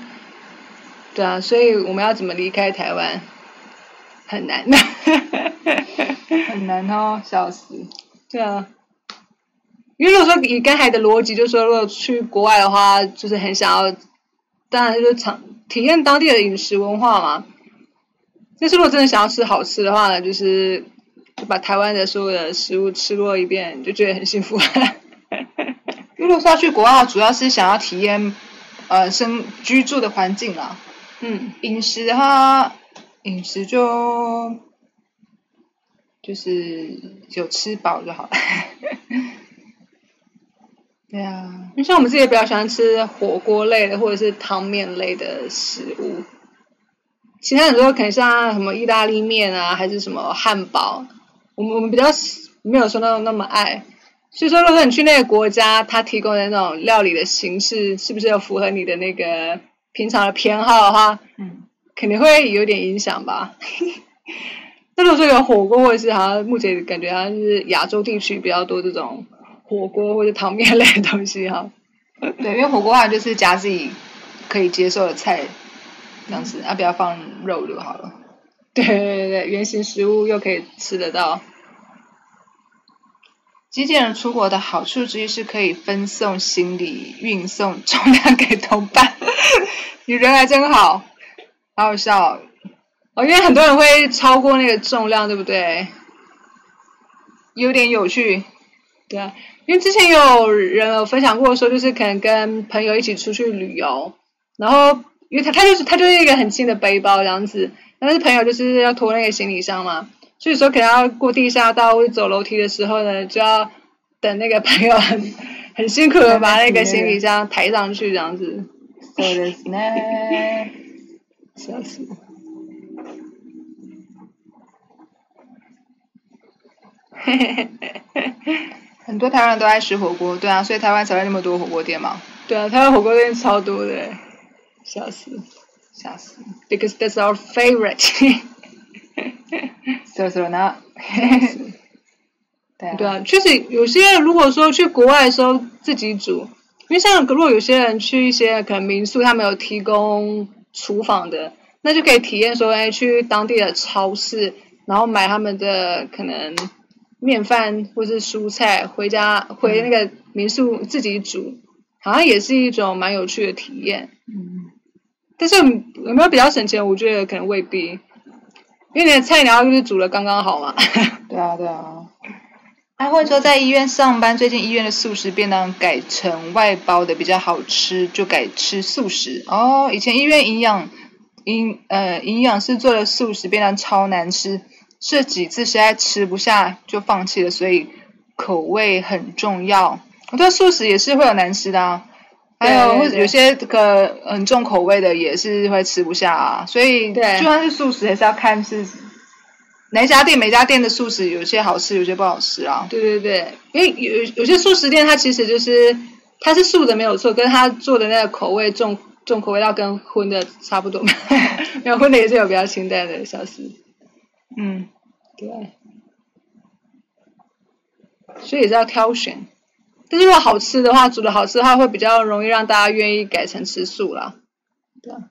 对啊，所以我们要怎么离开台湾？很难。
很难哦，笑死。
对啊，因为如果说以刚才的逻辑，就是说如果去国外的话，就是很想要，当然就是尝体验当地的饮食文化嘛。但是如果真的想要吃好吃的话呢，就是就把台湾的所有的食物吃过一遍，就觉得很幸福。
如果说要去国外，主要是想要体验呃生居住的环境啦。
嗯，
饮食的话，饮食就就是有吃饱就好 了。对啊，
因为像我们自己也比较喜欢吃火锅类的或者是汤面类的食物，其他很多可能像什么意大利面啊，还是什么汉堡，我们我们比较没有说那那么爱。所以说，如果你去那个国家，它提供的那种料理的形式，是不是有符合你的那个平常的偏好的话，
嗯，
肯定会有点影响吧。 那如果说有火锅，或者是好像目前感觉好像是亚洲地区比较多这种火锅或者汤面类的东西哈。
对，因为火锅的话就是加自己可以接受的菜，这样子，啊，不要放肉就好了。
对对对对，原型食物又可以吃得到。
经纪人出国的好处之一是可以分送行李、运送重量给同伴， 你人还真好，好好笑哦、
哦，因为很多人会超过那个重量，对不对？
有点有趣。
对啊，因为之前有人有分享过说，就是可能跟朋友一起出去旅游，然后因为他他就是他就是一个很轻的背包这样子，但是朋友就是要拖那个行李箱嘛，所以说可能要过地下道或者走楼梯的时候呢，就要等那个朋友很很辛苦的把那个行李箱抬上去这样子，
そうですね。
笑死。 嘿嘿嘿嘿嘿。
很多台湾人都爱吃火锅，对啊，所以台湾才会那么多火锅店嘛，
对啊，台湾火锅店超多的欸，笑死
吓死。
！Because that's our favorite
そうそうな。 对啊，
对啊，确实有些人如果说去国外的时候自己煮，因为像如果有些人去一些可能民宿，他们有提供厨房的，那就可以体验说，哎，去当地的超市，然后买他们的可能面饭或是蔬菜，回家回那个民宿自己煮，好像也是一种蛮有趣的体验。
嗯
但是有没有比较省钱？我觉得可能未必，因为你的菜鸟就是煮的刚刚好嘛。
对啊，对啊。安慧说，在医院上班，最近医院的素食便当改成外包的，比较好吃，就改吃素食。哦，以前医院营养营呃营养师做的素食便当超难吃，这几次实在吃不下就放弃了，所以口味很重要。我觉得素食也是会有难吃的啊，还有
对对
或者
对
有些这个很重口味的也是会吃不下啊，所以就
对
算是素食，还是要看是哪一家店，每家店的素食有些好吃，有些不好吃啊。
对对对，因为有有些素食店它其实就是它是素的没有错，跟它做的那个口味重重口味到跟荤的差不多 嘛，没有荤的也是有比较清淡的小吃，
嗯，
对，所以也是要挑选。但是如果好吃的话，煮的好吃的话，会比较容易让大家愿意改成吃素啦。对啊，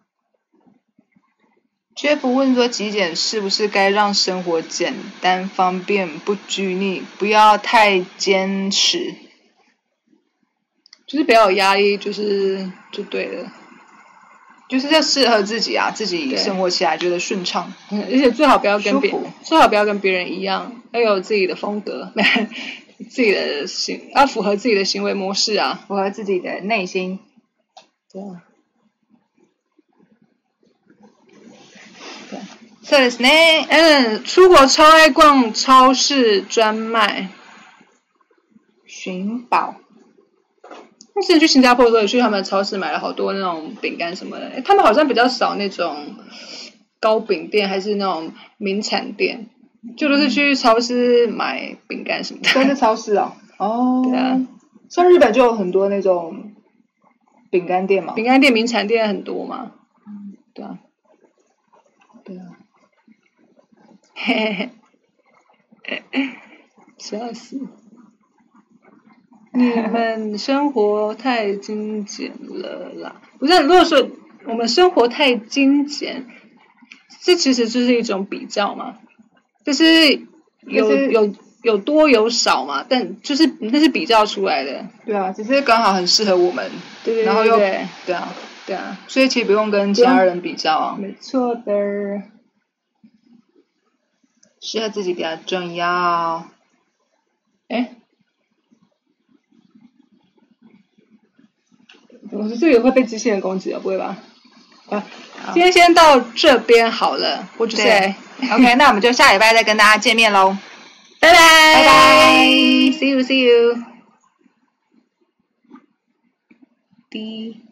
Jeff 问说极简是不是该让生活简单方便，不拘泥，不要太坚持？
就是比较有压力，就是就对了。
就是要适合自己啊，自己
对
生活起来觉得顺畅。
嗯 而且最好不要跟别
舒服
最好不要跟别人一样，要有自己的风格， 自己的行要符合自己的行为模式啊。
符合自己的内心。
对啊，
そうですね。
嗯，出国超爱逛超市专卖。
寻宝，
那之前去新加坡的时候，也去他们的超市买了好多那种饼干什么的，诶他们好像比较少那种糕饼店，还是那种名产店，就都是去超市买饼干什么的。
都是超市哦。哦。
对啊，
像日本就有很多那种饼干店嘛。
饼干店、名产店很多嘛。对啊，对啊，嘿嘿嘿， 笑死！你们生活太精简了啦！不是，如果说我们生活太精简，这其实就是一种比较嘛，就是
就
有
是
有有多有少嘛，但就是那是比较出来的，
对啊，只是刚好很适合我们。
对对
然后
对
又
对
对啊，
对啊。
所以其实不用跟其他人比较啊，
没错的。
适合自己比较重要。
哎，我说这个会被机器人攻击的，不会吧？啊，今天先到这边好了，我只是
对 OK，那我们就下礼拜再跟大家见面喽。
拜拜拜
拜
，See you，See you。滴。